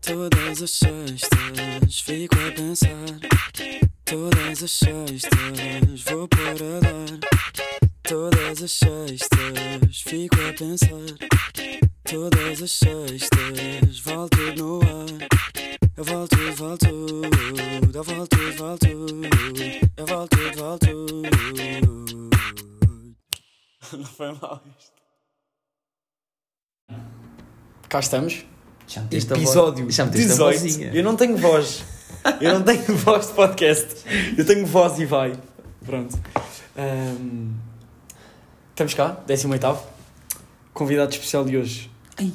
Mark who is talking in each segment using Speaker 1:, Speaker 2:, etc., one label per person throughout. Speaker 1: Todas as sextas fico a pensar. Todas as sextas vou para dar. Todas as sextas fico a pensar. Todas as sextas vale tudo no ar. Eu vale tudo, vale tudo. Eu vale tudo, vale tudo. Eu vale tudo, vale tudo. Não foi mal isto.
Speaker 2: Cá estamos.
Speaker 3: Já meteste a voz-
Speaker 2: Episódio
Speaker 3: já meteste a
Speaker 2: 18.
Speaker 3: vozinha.
Speaker 2: Eu não tenho voz. Eu não tenho voz de podcast. Eu tenho voz e vai. Pronto. Ahm, estamos cá, 18. Convidado especial de hoje.
Speaker 3: Ai.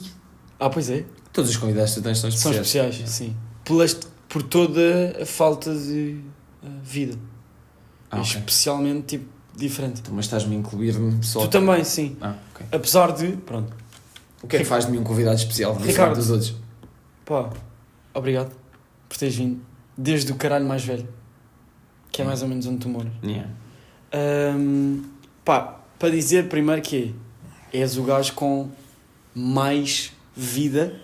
Speaker 2: Ah, pois é.
Speaker 3: Todos os convidados que tu tens são
Speaker 2: São
Speaker 3: especiais.
Speaker 2: especiais, sim. Pelas, por toda a falta de ah, vida.
Speaker 3: Ah, ok.
Speaker 2: Especialmente, tipo, diferente.
Speaker 3: Então, mas estás-me a incluir no pessoal.
Speaker 2: Tu também, sim.
Speaker 3: Ah,
Speaker 4: é
Speaker 3: ok.
Speaker 2: Apesar de. Pronto.
Speaker 3: O que é que
Speaker 2: Ric-
Speaker 3: faz de mim um convidado especial diferente
Speaker 2: Ricardo.
Speaker 3: dos outros?
Speaker 2: Pá, obrigado por teres vindo. Desde o caralho mais velho. Que é mais ou menos onde tu moras. Hum, pá, para dizer primeiro que é, és o gajo com mais vida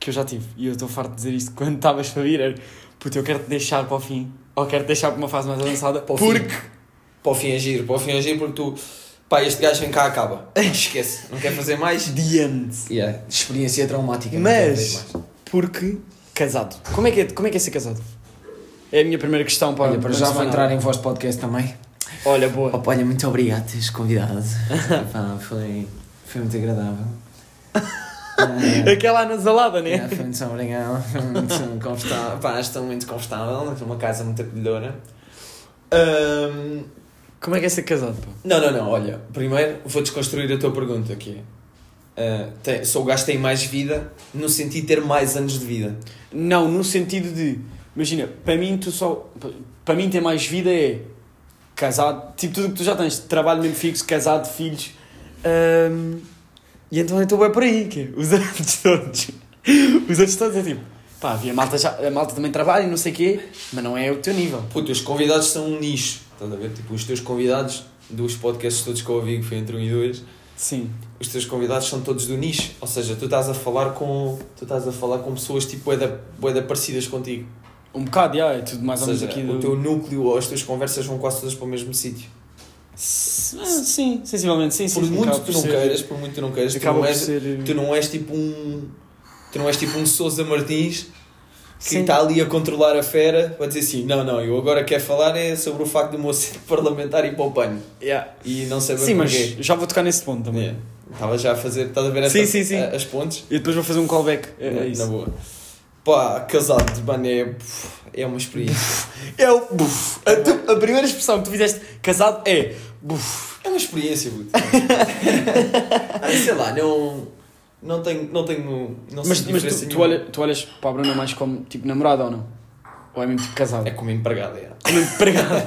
Speaker 2: que eu já tive. E eu estou farto de dizer isto quando estavas para vir. Era, puto, eu quero-te deixar para o fim. Ou quero-te deixar para uma fase mais avançada.
Speaker 4: Para o
Speaker 2: porque
Speaker 4: fim. Para o fim agir, para o fim agir, porque tu. Pá, este gajo vem cá, acaba. Esquece, não quer fazer mais.
Speaker 2: diante.
Speaker 3: Yeah. Experiência traumática. não quero dizer
Speaker 2: Mas,
Speaker 3: mais.
Speaker 2: porque casado. Como é, que é, como é que é ser casado? É a minha primeira questão para,
Speaker 3: Olha, para
Speaker 2: antes
Speaker 3: já
Speaker 2: de
Speaker 3: vou
Speaker 2: mais
Speaker 3: entrar
Speaker 2: nada.
Speaker 3: em voz de podcast também.
Speaker 2: Olha, boa.
Speaker 3: Opa, olha, muito obrigado por teres convidado. Epá, foi, foi muito agradável. Ah,
Speaker 2: Aquela anasalada,
Speaker 4: É,
Speaker 2: né?
Speaker 3: yeah, foi muito obrigado. Foi muito confortável.
Speaker 4: Pá, estou muito confortável, estou numa casa muito acolhedora. Ahm,
Speaker 2: Como é que é ser casado, pá?
Speaker 4: não, não, não, olha, primeiro vou desconstruir a tua pergunta que é. ah, tem- sou o gajo que tem mais vida, no sentido de ter mais anos de vida.
Speaker 2: Não, no sentido de. Imagina, para mim tu só. Para mim ter mais vida é casado, tipo tudo o que tu já tens, trabalho mesmo fixo, casado, filhos. Ahm, e então eu estou bem por aí, que é, os outros todos. Os outros todos é tipo, pá, havia malta já, a malta também trabalha e não sei o quê, mas não é o teu nível.
Speaker 4: Puto, os convidados são um nicho, estás a ver? Tipo, os teus convidados, dos podcasts todos que eu ouvi, que foi entre um e dois,
Speaker 2: Sim.
Speaker 4: os teus convidados são todos do nicho, ou seja, tu estás a falar com tu estás a falar com pessoas tipo boeda, boeda parecidas contigo.
Speaker 2: Um bocado, já, é tudo mais ou
Speaker 4: ou
Speaker 2: menos
Speaker 4: seja,
Speaker 2: aqui
Speaker 4: o
Speaker 2: do.
Speaker 4: teu núcleo ou as tuas conversas vão quase todas para o mesmo sítio.
Speaker 2: S- ah, Sim, sensivelmente, sim, sim.
Speaker 4: Por muito
Speaker 2: acaba
Speaker 4: que tu não
Speaker 2: ser-
Speaker 4: queiras, por muito que tu não queiras, tu
Speaker 2: Acaba
Speaker 4: não,
Speaker 2: por
Speaker 4: és,
Speaker 2: ser.
Speaker 4: tu não és tipo um tu não és tipo um Sousa Martins que
Speaker 2: Sim.
Speaker 4: está ali a controlar a fera para dizer assim, não, não, eu agora quero falar é sobre o facto do meu ser parlamentar ir para o pano
Speaker 2: Yeah.
Speaker 4: e não saber
Speaker 2: Sim, mas
Speaker 4: porquê.
Speaker 2: já vou tocar nesse ponto também.
Speaker 4: Yeah. Estava já a fazer, estás a ver
Speaker 2: Sim,
Speaker 4: essas-
Speaker 2: sim, sim.
Speaker 4: a- as pontes?
Speaker 2: E depois vou fazer um callback. É,
Speaker 4: na,
Speaker 2: é isso.
Speaker 4: né? na boa. Pá, casado, mano, é, é uma experiência.
Speaker 2: É o buf. A, tu- a primeira expressão que tu fizeste casado é buf.
Speaker 4: É uma experiência, puto. Ah, Sei lá, não. Não tenho. Não tenho. Não
Speaker 2: mas
Speaker 4: sinto
Speaker 2: mas
Speaker 4: diferença
Speaker 2: tu, tu,
Speaker 4: nenhuma.
Speaker 2: olha, tu olhas para a Bruna mais como tipo namorada ou não? Ou é mesmo tipo casado?
Speaker 4: É como empregada, é.
Speaker 2: Como empregada.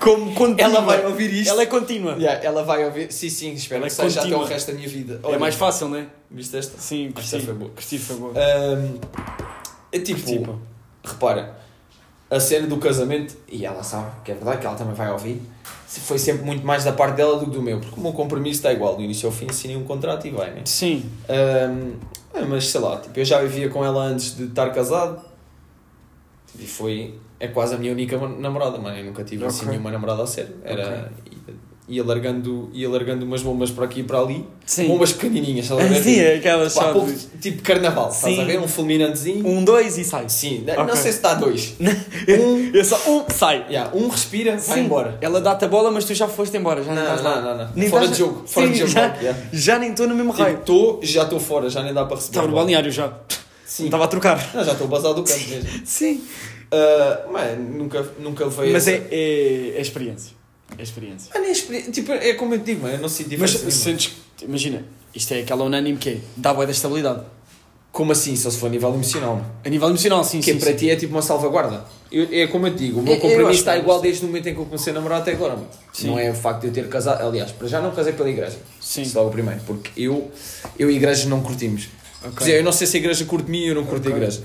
Speaker 2: como contínua.
Speaker 4: Ela vai ouvir isto.
Speaker 2: Ela é contínua.
Speaker 4: Yeah, ela vai ouvir. Sim, sim, espero
Speaker 2: Ela
Speaker 4: que seja até
Speaker 2: continua.
Speaker 4: o resto da minha vida.
Speaker 2: É
Speaker 4: Olha,
Speaker 2: mais fácil, não é?
Speaker 4: Viste esta?
Speaker 2: Sim,
Speaker 4: Esta
Speaker 2: curti.
Speaker 4: foi boa.
Speaker 2: Curti, foi boa.
Speaker 4: Ahm, é tipo.
Speaker 2: Curti, pá.
Speaker 4: Repara, a cena do casamento, e ela sabe que é verdade, que ela também vai ouvir, se- foi sempre muito mais da parte dela do que do meu, porque o meu compromisso está igual, do início ao fim assinei um contrato e vai, né?
Speaker 2: Sim.
Speaker 4: Ahm, é, mas sei lá, tipo, eu já vivia com ela antes de estar casado e foi. É quase a minha única ma- namorada, mano. Eu nunca tive assim
Speaker 2: Ok.
Speaker 4: nenhuma namorada a sério. Era. Ia largando, ia largando umas bombas para aqui e para ali.
Speaker 2: Sim.
Speaker 4: Bombas pequenininhas, estás a ver?
Speaker 2: Sim, é aquela
Speaker 4: né? Pá,
Speaker 2: só
Speaker 4: pouco-
Speaker 2: de-
Speaker 4: tipo carnaval, estás
Speaker 2: Sim.
Speaker 4: a ver? Um fulminantezinho.
Speaker 2: Um, dois e sai.
Speaker 4: Sim, n-
Speaker 2: Ok.
Speaker 4: não sei se dá dois.
Speaker 2: Eu, eu só um, sai.
Speaker 4: Yeah, um respira, vai
Speaker 2: Sim.
Speaker 4: embora.
Speaker 2: Ela dá-te a bola, mas tu já foste embora. Já não,
Speaker 4: Não,
Speaker 2: estás lá.
Speaker 4: não, não, não.
Speaker 2: Nem
Speaker 4: Fora
Speaker 2: estás-
Speaker 4: de jogo, fora
Speaker 2: Sim,
Speaker 4: de jogo.
Speaker 2: Já,
Speaker 4: yeah.
Speaker 2: já nem estou no mesmo raio.
Speaker 4: Tipo, tô, já estou fora, já nem dá para receber.
Speaker 2: Estava no
Speaker 4: bola.
Speaker 2: balneário já.
Speaker 4: Sim.
Speaker 2: Estava a trocar.
Speaker 4: Não, já estou basado do campo mesmo.
Speaker 2: Sim.
Speaker 4: Ah, mano, nunca, nunca levei
Speaker 2: Mas
Speaker 4: essa-
Speaker 2: é, é, é experiência. É experiência.
Speaker 4: Mano, é experi- tipo, é como eu te digo, mano, eu não sinto
Speaker 2: Mas
Speaker 4: diferença. nenhuma.
Speaker 2: sentes que- imagina, isto é aquela unânime que é, dá boa da estabilidade.
Speaker 4: Como assim, só se for a nível emocional? mano?
Speaker 2: A nível emocional, sim,
Speaker 4: Que
Speaker 2: sim.
Speaker 4: para
Speaker 2: sim.
Speaker 4: ti é tipo uma salvaguarda. Eu- é como eu te digo, o
Speaker 2: Eu-
Speaker 4: meu
Speaker 2: eu
Speaker 4: compromisso
Speaker 2: acho
Speaker 4: está
Speaker 2: que- é
Speaker 4: igual desde o momento em que eu comecei a namorar até agora. mano. Não é o facto de eu ter casado. Aliás, para já não casei pela igreja.
Speaker 2: Sim.
Speaker 4: Isso logo primeiro. Porque eu, eu e igreja não curtimos.
Speaker 2: Ok.
Speaker 4: Quer dizer, eu não sei se a igreja curte mim eu não curto a igreja.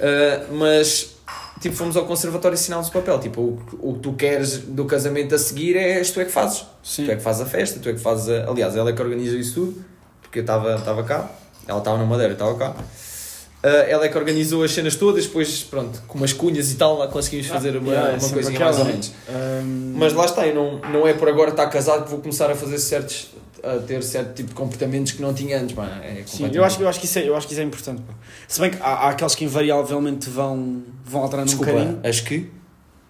Speaker 4: Ah, mas, tipo, fomos ao conservatório e assinámos o papel. Tipo, o, que- o que tu queres do casamento a seguir é és tu é que fazes.
Speaker 2: Sim.
Speaker 4: Tu é que fazes a festa, tu é que fazes a... Aliás, ela é que organiza isso tudo. Porque eu estava estava cá. Ela estava na Madeira, eu estava cá. Ah, ela é que organizou as cenas todas, depois, pronto, com umas cunhas e tal, lá conseguimos fazer uma,
Speaker 2: yeah, é
Speaker 4: uma
Speaker 2: sempre
Speaker 4: coisinha
Speaker 2: aquela.
Speaker 4: mais ou menos.
Speaker 2: Ahm,
Speaker 4: Mas lá está, eu não, não é por agora estar casado que vou começar a fazer certos. a ter certo tipo de comportamentos que não tinha antes, mano. É
Speaker 2: Sim, eu acho, que- eu, acho que isso é, eu acho que isso é importante. pá. Se bem que há, há aqueles que invariavelmente vão, vão alterando
Speaker 4: Desculpa,
Speaker 2: um bocadinho.
Speaker 4: acho que.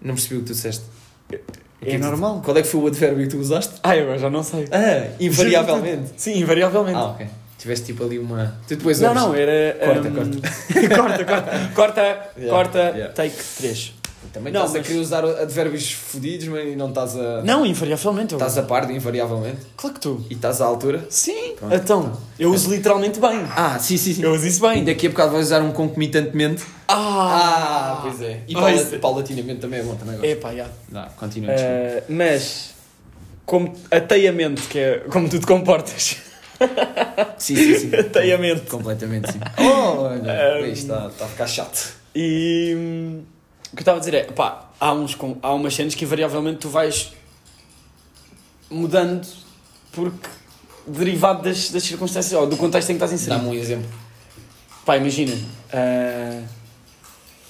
Speaker 4: Não percebi o que tu disseste. O que
Speaker 2: É
Speaker 4: que tu-
Speaker 2: normal.
Speaker 4: Qual é que foi o advérbio que tu usaste?
Speaker 2: Ah, eu já não sei.
Speaker 4: Ah, invariavelmente.
Speaker 2: Sim, invariavelmente.
Speaker 4: Ah, ok. Tiveste tipo ali uma. Tu depois
Speaker 2: não,
Speaker 4: ouves.
Speaker 2: não, era.
Speaker 4: Corta,
Speaker 2: ahm,
Speaker 4: corta.
Speaker 2: é, corta, corta. Corta, corta,
Speaker 4: yeah.
Speaker 2: take 3.
Speaker 4: Também
Speaker 2: Não,
Speaker 4: estás
Speaker 2: mas-
Speaker 4: a querer usar advérbios fodidos, mano, e não estás a.
Speaker 2: Não, invariavelmente. Eu...
Speaker 4: Estás a par de invariavelmente.
Speaker 2: Claro que tu.
Speaker 4: E estás à altura.
Speaker 2: Sim.
Speaker 4: Pronto.
Speaker 2: Então, eu uso literalmente bem.
Speaker 4: Ah, sim, sim, sim.
Speaker 2: Eu uso isso bem.
Speaker 4: E daqui a bocado vais usar um concomitantemente.
Speaker 2: Ah,
Speaker 4: é. E
Speaker 2: Pois
Speaker 4: paula- paulatinamente também é bom, também gosto.
Speaker 2: Epá, já.
Speaker 4: Não, continua. desculpa.
Speaker 2: Ah, mas, como ateiamente, que é como tu te comportas.
Speaker 4: Sim, sim, sim.
Speaker 2: Ateiamente.
Speaker 4: Completamente, sim. Oh, olha,
Speaker 2: Um,
Speaker 4: bem, isto está está a ficar chato.
Speaker 2: E hum, o que eu estava a dizer é, pá, há, uns, com- há umas cenas que invariavelmente tu vais mudando porque derivado das, das circunstâncias ou do contexto em que estás inserido.
Speaker 4: Dá-me um exemplo.
Speaker 2: Pá, imagina, ah,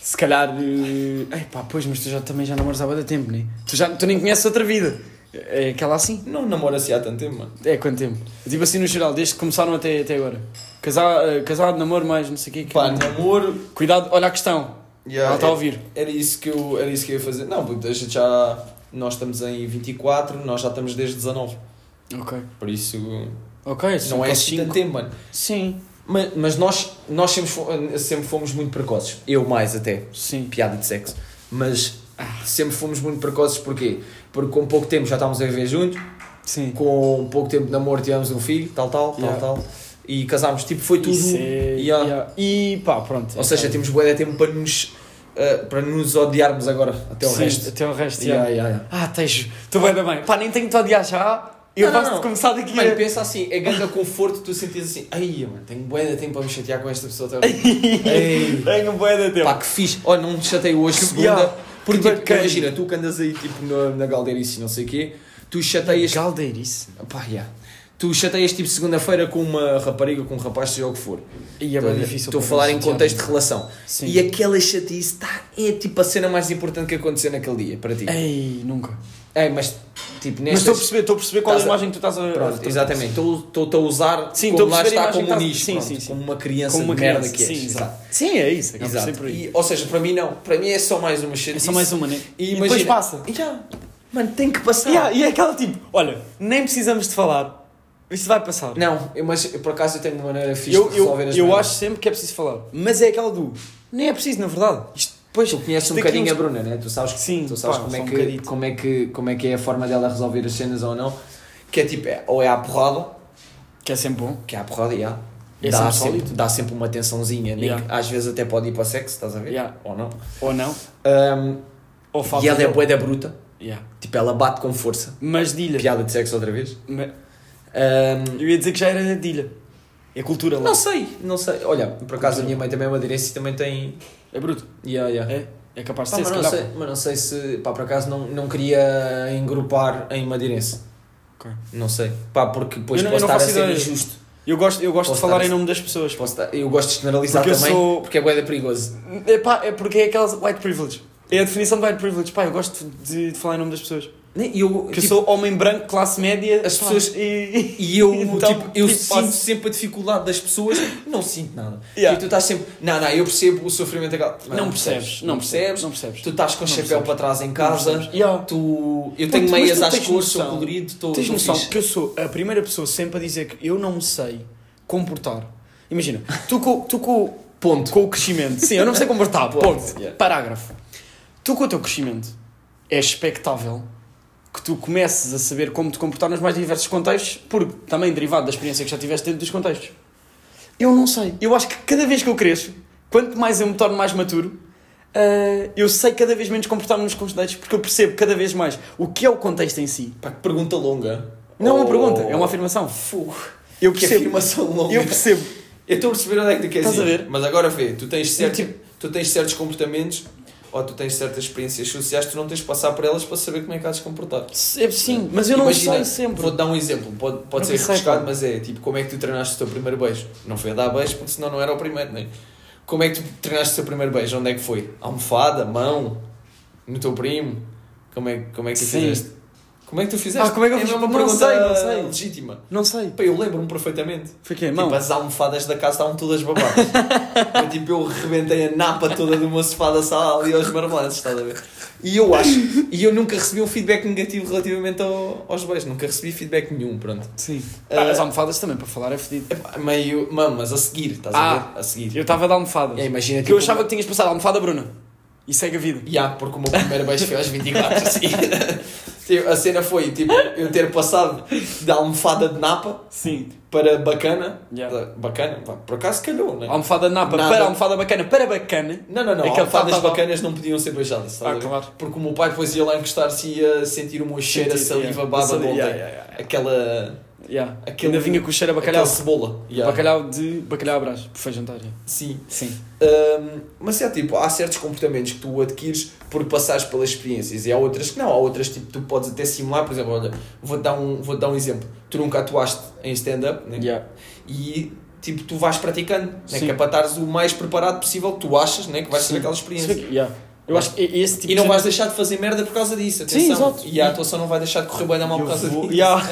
Speaker 2: se calhar, eh, ei pá, pois, mas tu já, também já namoras há muito tempo, né? tu, já, tu nem conheces outra vida, é aquela assim.
Speaker 4: Não namora-se há tanto tempo, mano.
Speaker 2: É, quanto tempo? Tipo assim no geral, desde que começaram até, até agora. Casar, eh, casado, namoro, mais não sei o quê. que-
Speaker 4: Pá, Tipo, namoro. é-
Speaker 2: Cuidado, olha a questão. Ela está a ouvir.
Speaker 4: Era isso que eu, era isso que eu ia fazer. Não, porque a gente já. Nós estamos em 24, nós já estamos desde 19.
Speaker 2: Ok.
Speaker 4: Por isso.
Speaker 2: Ok,
Speaker 4: não é assim
Speaker 2: cinco.
Speaker 4: tanto tempo, mano.
Speaker 2: Sim,
Speaker 4: Mas, mas nós, nós sempre, fo- sempre fomos muito precoces. Eu mais até.
Speaker 2: sim.
Speaker 4: Piada de sexo. Mas sempre fomos muito precoces porquê? Porque com pouco tempo já estávamos a viver juntos,
Speaker 2: Sim.
Speaker 4: com pouco tempo de namoro tivemos um filho, tal, tal,
Speaker 2: Yeah.
Speaker 4: tal, tal. E casámos, tipo, foi tudo.
Speaker 2: Isso é-
Speaker 4: Yeah.
Speaker 2: yeah. E pá, pronto.
Speaker 4: Ou seja, temos bué de tempo para nos, ah, para nos odiarmos agora, até o
Speaker 2: Sim,
Speaker 4: resto.
Speaker 2: Até o resto,
Speaker 4: Yeah,
Speaker 2: yeah.
Speaker 4: yeah, yeah.
Speaker 2: Ah, Tejo, tu vai da mãe. Pá, nem tenho de te odiar já. Eu
Speaker 4: Não, não,
Speaker 2: posso
Speaker 4: não.
Speaker 2: começar daqui
Speaker 4: Mano,
Speaker 2: a...
Speaker 4: pensa assim, é grande conforto tu sentires assim, ai, mano, tenho bué de tempo para me chatear com esta pessoa também. Ei.
Speaker 2: Tenho um bué de tempo.
Speaker 4: Pá, que fixe. Olha, não te chatei hoje, segunda.
Speaker 2: yeah.
Speaker 4: Porque,
Speaker 2: Que
Speaker 4: tipo,
Speaker 2: bacana.
Speaker 4: imagina, tu que andas aí, tipo, na, na galdeirice e não sei o quê, tu chateias...
Speaker 2: Caldeirice.
Speaker 4: Pá, yeah. Tu chateias, tipo, segunda-feira com uma rapariga, com um rapaz, seja o que for.
Speaker 2: E é
Speaker 4: Estou
Speaker 2: bem
Speaker 4: a-
Speaker 2: difícil.
Speaker 4: Estou a
Speaker 2: para
Speaker 4: falar
Speaker 2: mim
Speaker 4: em
Speaker 2: chatear.
Speaker 4: contexto de relação.
Speaker 2: Sim.
Speaker 4: E aquela chatice tá, é, tipo, a cena mais importante que aconteceu naquele dia, para ti.
Speaker 2: Ei, nunca.
Speaker 4: Ei, mas, tipo,
Speaker 2: Mas
Speaker 4: nestas...
Speaker 2: estou a perceber, estou a perceber qual é a
Speaker 4: Estás a-
Speaker 2: imagem que tu estás a...
Speaker 4: Pronto, exatamente. Estou-te a usar
Speaker 2: Sim,
Speaker 4: como
Speaker 2: estou a
Speaker 4: lá
Speaker 2: perceber a imagem
Speaker 4: está, como
Speaker 2: que
Speaker 4: um
Speaker 2: estás-
Speaker 4: nicho,
Speaker 2: sim,
Speaker 4: pronto,
Speaker 2: sim, sim.
Speaker 4: como uma criança
Speaker 2: Como uma
Speaker 4: de merda
Speaker 2: criança.
Speaker 4: que és.
Speaker 2: Sim,
Speaker 4: Exato.
Speaker 2: exato. Sim, é isso. acaba por ser
Speaker 4: Exato.
Speaker 2: por aí.
Speaker 4: E, ou seja, para mim não. Para mim é só mais uma chatice.
Speaker 2: É só mais uma, né?
Speaker 4: E
Speaker 2: E depois
Speaker 4: imagina-
Speaker 2: passa.
Speaker 4: Yeah. Mano, tem que passar.
Speaker 2: Yeah, E é aquela tipo, olha, nem precisamos de falar. Isto vai passar.
Speaker 4: Não, eu- mas eu, por acaso eu tenho uma maneira fixe
Speaker 2: eu,
Speaker 4: de
Speaker 2: eu,
Speaker 4: resolver as
Speaker 2: eu
Speaker 4: merdas.
Speaker 2: acho sempre que é preciso falar. Mas é aquela do. Nem é preciso, na verdade. Isto depois.
Speaker 4: Tu conheces um
Speaker 2: daqui
Speaker 4: bocadinho
Speaker 2: uns-
Speaker 4: a Bruna, né? Tu sabes, que-
Speaker 2: Sim,
Speaker 4: tu sabes
Speaker 2: pá,
Speaker 4: como, é
Speaker 2: só um
Speaker 4: que,
Speaker 2: bocadito.
Speaker 4: como, é que, como é que é a forma dela resolver as cenas ou não. Que é tipo, é- ou é à porrada,
Speaker 2: Que é sempre bom.
Speaker 4: que é à porrada, yeah.
Speaker 2: É
Speaker 4: dá,
Speaker 2: sempre
Speaker 4: sempre,
Speaker 2: sólido.
Speaker 4: dá sempre uma tensãozinha, nem
Speaker 2: Yeah.
Speaker 4: que- às vezes até pode ir para o sexo, estás a ver?
Speaker 2: Yeah.
Speaker 4: Ou não.
Speaker 2: Ou não.
Speaker 4: Ahm,
Speaker 2: Ou falta.
Speaker 4: e ela é bué da bruta,
Speaker 2: Yeah.
Speaker 4: tipo, ela bate com força.
Speaker 2: Mas dilha.
Speaker 4: Piada de sexo outra vez.
Speaker 2: Ma-
Speaker 4: Ahm,
Speaker 2: Eu ia dizer que já era dilha. É cultura lá.
Speaker 4: não sei, não sei. Olha, por acaso a minha mãe também é madeirense e também tem.
Speaker 2: É bruto.
Speaker 4: Yeah, yeah.
Speaker 2: É. É capaz de ser,
Speaker 4: Pá, mas,
Speaker 2: se
Speaker 4: não
Speaker 2: calhar.
Speaker 4: sei, mas não sei se, pá, por acaso não, não queria engrupar em Madeirense.
Speaker 2: Ok.
Speaker 4: Não sei, pá, porque depois
Speaker 2: Eu não-
Speaker 4: posso
Speaker 2: eu não
Speaker 4: estar a
Speaker 2: faço
Speaker 4: ser
Speaker 2: ideia.
Speaker 4: injusto.
Speaker 2: Eu gosto, eu gosto de
Speaker 4: Posso
Speaker 2: falar
Speaker 4: estar
Speaker 2: em
Speaker 4: a-
Speaker 2: nome das pessoas.
Speaker 4: Posso estar- eu gosto de generalizar
Speaker 2: Porque eu
Speaker 4: também,
Speaker 2: sou-
Speaker 4: porque é boeda perigoso.
Speaker 2: É pá, é porque é aquelas white privilege. É a definição de white privilege. Pá, eu gosto de, de falar em nome das pessoas.
Speaker 4: Nem- Eu,
Speaker 2: Que eu
Speaker 4: tipo,
Speaker 2: sou homem branco, classe média.
Speaker 4: As
Speaker 2: pá,
Speaker 4: pessoas-
Speaker 2: E.
Speaker 4: E eu,
Speaker 2: Então,
Speaker 4: tipo, eu
Speaker 2: tipo,
Speaker 4: sinto
Speaker 2: passo.
Speaker 4: sempre a dificuldade das pessoas, não sinto nada.
Speaker 2: Yeah.
Speaker 4: E tu estás sempre, não, não, eu percebo o sofrimento daquela. Mas
Speaker 2: Não percebes. Não percebes. Não percebes.
Speaker 4: Tu estás com
Speaker 2: Não
Speaker 4: o chapéu
Speaker 2: percebes.
Speaker 4: para trás em
Speaker 2: Não
Speaker 4: casa,
Speaker 2: percebes. Yeah.
Speaker 4: tu, eu
Speaker 2: Puto,
Speaker 4: tenho
Speaker 2: mas
Speaker 4: meias
Speaker 2: tu
Speaker 4: às
Speaker 2: tens
Speaker 4: cores, sou
Speaker 2: noção.
Speaker 4: colorido, estou.
Speaker 2: Tens noção que eu sou a primeira pessoa sempre a dizer que eu não me sei comportar. Imagina, tu com, tu com,
Speaker 4: Ponto.
Speaker 2: com o crescimento. Sim, eu não me sei comportar.
Speaker 4: Ponto,
Speaker 2: ponto.
Speaker 4: yeah.
Speaker 2: Parágrafo. Tu com o teu crescimento é expectável que tu comeces a saber como te comportar nos mais diversos contextos, porque também derivado da experiência que já tiveste dentro dos contextos. Eu não sei. Eu acho que cada vez que eu cresço, quanto mais eu me torno mais maturo, ah, eu sei cada vez menos comportar-me nos contextos, porque eu percebo cada vez mais o que é o contexto em si.
Speaker 4: Pá, que pergunta longa.
Speaker 2: Não é uma
Speaker 4: Oh.
Speaker 2: pergunta, é uma afirmação.
Speaker 4: Fogo.
Speaker 2: Eu
Speaker 4: Que
Speaker 2: percebo.
Speaker 4: afirmação longa.
Speaker 2: Eu percebo.
Speaker 4: Eu estou a perceber onde é que tu queres
Speaker 2: é Estás a
Speaker 4: ir.
Speaker 2: ver?
Speaker 4: Mas agora vê, tu tens, certo,
Speaker 2: tipo-
Speaker 4: tu tens certos comportamentos ou tu tens certas experiências sociais, tu não tens de passar por elas para saber como é que has de comportar.
Speaker 2: É, Sim, mas eu não
Speaker 4: Imagina,
Speaker 2: sei sempre.
Speaker 4: Vou-te dar um exemplo, pode, pode
Speaker 2: Não
Speaker 4: ser
Speaker 2: sei,
Speaker 4: arriscado,
Speaker 2: pá.
Speaker 4: é mas é tipo como é que tu treinaste o teu primeiro beijo. Não foi a dar beijo porque senão não era o primeiro, nem. Como é que tu treinaste o teu primeiro beijo? Onde é que foi? Almofada? Mão? No teu primo? Como é, como é que tu
Speaker 2: Sim.
Speaker 4: fizeste? Como é que tu fizeste?
Speaker 2: Ah, como é que eu fiz?
Speaker 4: uma
Speaker 2: Não
Speaker 4: pergunta
Speaker 2: sei, não sei.
Speaker 4: legítima.
Speaker 2: Não sei.
Speaker 4: Pá, eu lembro-me perfeitamente.
Speaker 2: Foi quê?
Speaker 4: Tipo,
Speaker 2: Mão?
Speaker 4: as almofadas da casa estavam todas babadas. eu, tipo, eu rebentei a napa toda de uma sofá da sala ali aos marmelados, estás a ver? E eu acho, e eu nunca recebi um feedback negativo relativamente ao- aos beijos, nunca recebi feedback nenhum, pronto.
Speaker 2: Sim.
Speaker 4: Ah,
Speaker 2: Pá, as almofadas também, para falar, é fedido.
Speaker 4: Epá, Meio, mano, mas a seguir, estás a
Speaker 2: Ah.
Speaker 4: ver? A seguir.
Speaker 2: Eu estava de almofadas.
Speaker 4: É, imagina,
Speaker 2: Porque eu achava que tinhas passado a almofada, Bruna. E segue a vida.
Speaker 4: Ya, porque o meu primeiro beijo foi aos 24, assim. Tipo, a cena foi, tipo, eu ter passado da almofada de napa
Speaker 2: Sim.
Speaker 4: para bacana.
Speaker 2: Ya.
Speaker 4: Da- Bacana? Pá, Por acaso calhou, né?
Speaker 2: Almofada de napa
Speaker 4: Nada.
Speaker 2: para almofada bacana para bacana.
Speaker 4: Não, não, não.
Speaker 2: Aquele
Speaker 4: almofadas
Speaker 2: tá, tá, tá.
Speaker 4: bacanas não podiam ser beijadas, estás
Speaker 2: Ah,
Speaker 4: a ver?
Speaker 2: claro.
Speaker 4: Porque o meu pai depois ia lá encostar-se e ia sentir o meu cheiro, a
Speaker 2: Sentir,
Speaker 4: saliva
Speaker 2: yeah.
Speaker 4: baba de
Speaker 2: Saliva,
Speaker 4: ontem.
Speaker 2: yeah, yeah, yeah, yeah.
Speaker 4: Aquela...
Speaker 2: Yeah.
Speaker 4: Aquele-
Speaker 2: Ainda vinha com o cheiro a bacalhau.
Speaker 4: Aquela cebola. Yeah.
Speaker 2: Bacalhau de bacalhau à brás. Por foi jantar. yeah.
Speaker 4: Sim.
Speaker 2: Sim.
Speaker 4: Hum, mas é tipo, há certos comportamentos que tu adquires por passares pelas experiências e há outras que não, há outras tipo, tu podes até simular, por exemplo, olha, vou-te dar, um, vou dar um exemplo, tu nunca atuaste em stand-up né?
Speaker 2: Yeah.
Speaker 4: e tipo, tu vais praticando, né?
Speaker 2: Sim.
Speaker 4: que é para estares o mais preparado possível que tu achas né? que vais ter
Speaker 2: Sim.
Speaker 4: aquela
Speaker 2: Se
Speaker 4: experiência.
Speaker 2: bem que- yeah. Eu acho que esse tipo
Speaker 4: E não
Speaker 2: de-
Speaker 4: vais deixar de fazer merda por causa disso, atenção.
Speaker 2: Sim, exato.
Speaker 4: E a atuação não vai deixar de correr bem na mão por
Speaker 2: Eu
Speaker 4: causa
Speaker 2: vou-
Speaker 4: disso.
Speaker 2: Yeah.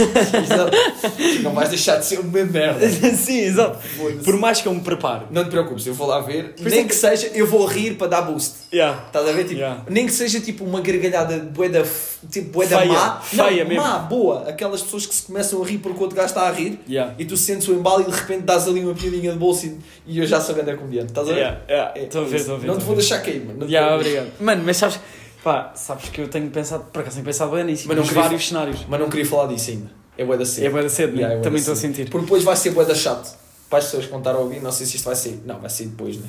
Speaker 4: Exato. Não vais deixar de ser uma merda.
Speaker 2: Sim, exato. Por mais que eu me prepare.
Speaker 4: Não te preocupes, eu vou lá ver.
Speaker 2: isso
Speaker 4: Nem
Speaker 2: é
Speaker 4: que seja, eu vou rir para dar boost.
Speaker 2: Yeah.
Speaker 4: Estás a ver? Tipo,
Speaker 2: Yeah.
Speaker 4: Nem que seja tipo uma gargalhada boeda, tipo, boeda
Speaker 2: Feia.
Speaker 4: má.
Speaker 2: Feia
Speaker 4: não,
Speaker 2: mesmo.
Speaker 4: Má, boa. Aquelas pessoas que se começam a rir porque o outro gajo está a rir
Speaker 2: Yeah.
Speaker 4: e tu sentes o embalo e de repente dás ali uma piadinha de bolso e, e eu já sabendo é comediante. Estás a ver?
Speaker 2: Yeah, yeah.
Speaker 4: É,
Speaker 2: Estou a
Speaker 4: é
Speaker 2: ver,
Speaker 4: isso.
Speaker 2: estou a ver.
Speaker 4: Não te
Speaker 2: estou
Speaker 4: vou
Speaker 2: a ver.
Speaker 4: deixar cair, mano. Não te
Speaker 2: Yeah,
Speaker 4: vou deixar-
Speaker 2: obrigado. Mano, mas sabes. Pá, sabes que eu tenho pensado. Por acaso tenho pensado bem nisso.
Speaker 4: Mas
Speaker 2: Mas
Speaker 4: não
Speaker 2: nos
Speaker 4: queria-
Speaker 2: vários cenários.
Speaker 4: Mas não queria falar disso ainda. É boeda cedo.
Speaker 2: É boa da cedo, né?
Speaker 4: Yeah, é bué da
Speaker 2: Também estou a
Speaker 4: cedo.
Speaker 2: sentir.
Speaker 4: Porque depois vai ser boeda chato. Para as pessoas que vão estar a ouvir, não sei se isto vai sair. Não, vai sair depois, né?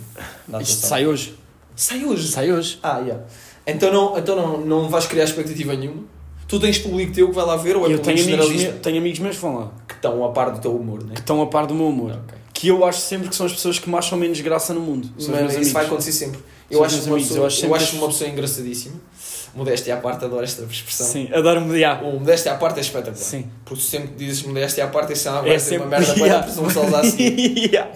Speaker 4: Dá
Speaker 2: Isto
Speaker 4: atenção.
Speaker 2: sai hoje.
Speaker 4: Sai hoje.
Speaker 2: Sai hoje.
Speaker 4: Ah, yeah. Então, não, então não, não vais criar expectativa nenhuma. Tu tens público teu que vai lá ver ou é
Speaker 2: Eu
Speaker 4: público
Speaker 2: tenho amigos,
Speaker 4: generalista
Speaker 2: me- tenho amigos meus que vão lá.
Speaker 4: que estão a par do teu humor, né?
Speaker 2: que estão a par do meu humor.
Speaker 4: Ok.
Speaker 2: Que eu acho sempre que são as pessoas que me acham menos graça no mundo. São os
Speaker 4: Mas
Speaker 2: meus
Speaker 4: isso
Speaker 2: amigos.
Speaker 4: vai acontecer sempre. Eu
Speaker 2: São os
Speaker 4: acho,
Speaker 2: meus
Speaker 4: uma
Speaker 2: amigos,
Speaker 4: pessoa, eu
Speaker 2: eu acho
Speaker 4: acho,
Speaker 2: sempre que-
Speaker 4: uma pessoa engraçadíssima. Modéstia à parte, adoro esta expressão.
Speaker 2: Sim, adoro mediar.
Speaker 4: O modéstia à parte é espetacular.
Speaker 2: Sim.
Speaker 4: Porque tu sempre que dizes modéstia à parte, isso é uma,
Speaker 2: É
Speaker 4: é uma
Speaker 2: sempre
Speaker 4: merda para a pessoa se usar assim.
Speaker 2: Yeah.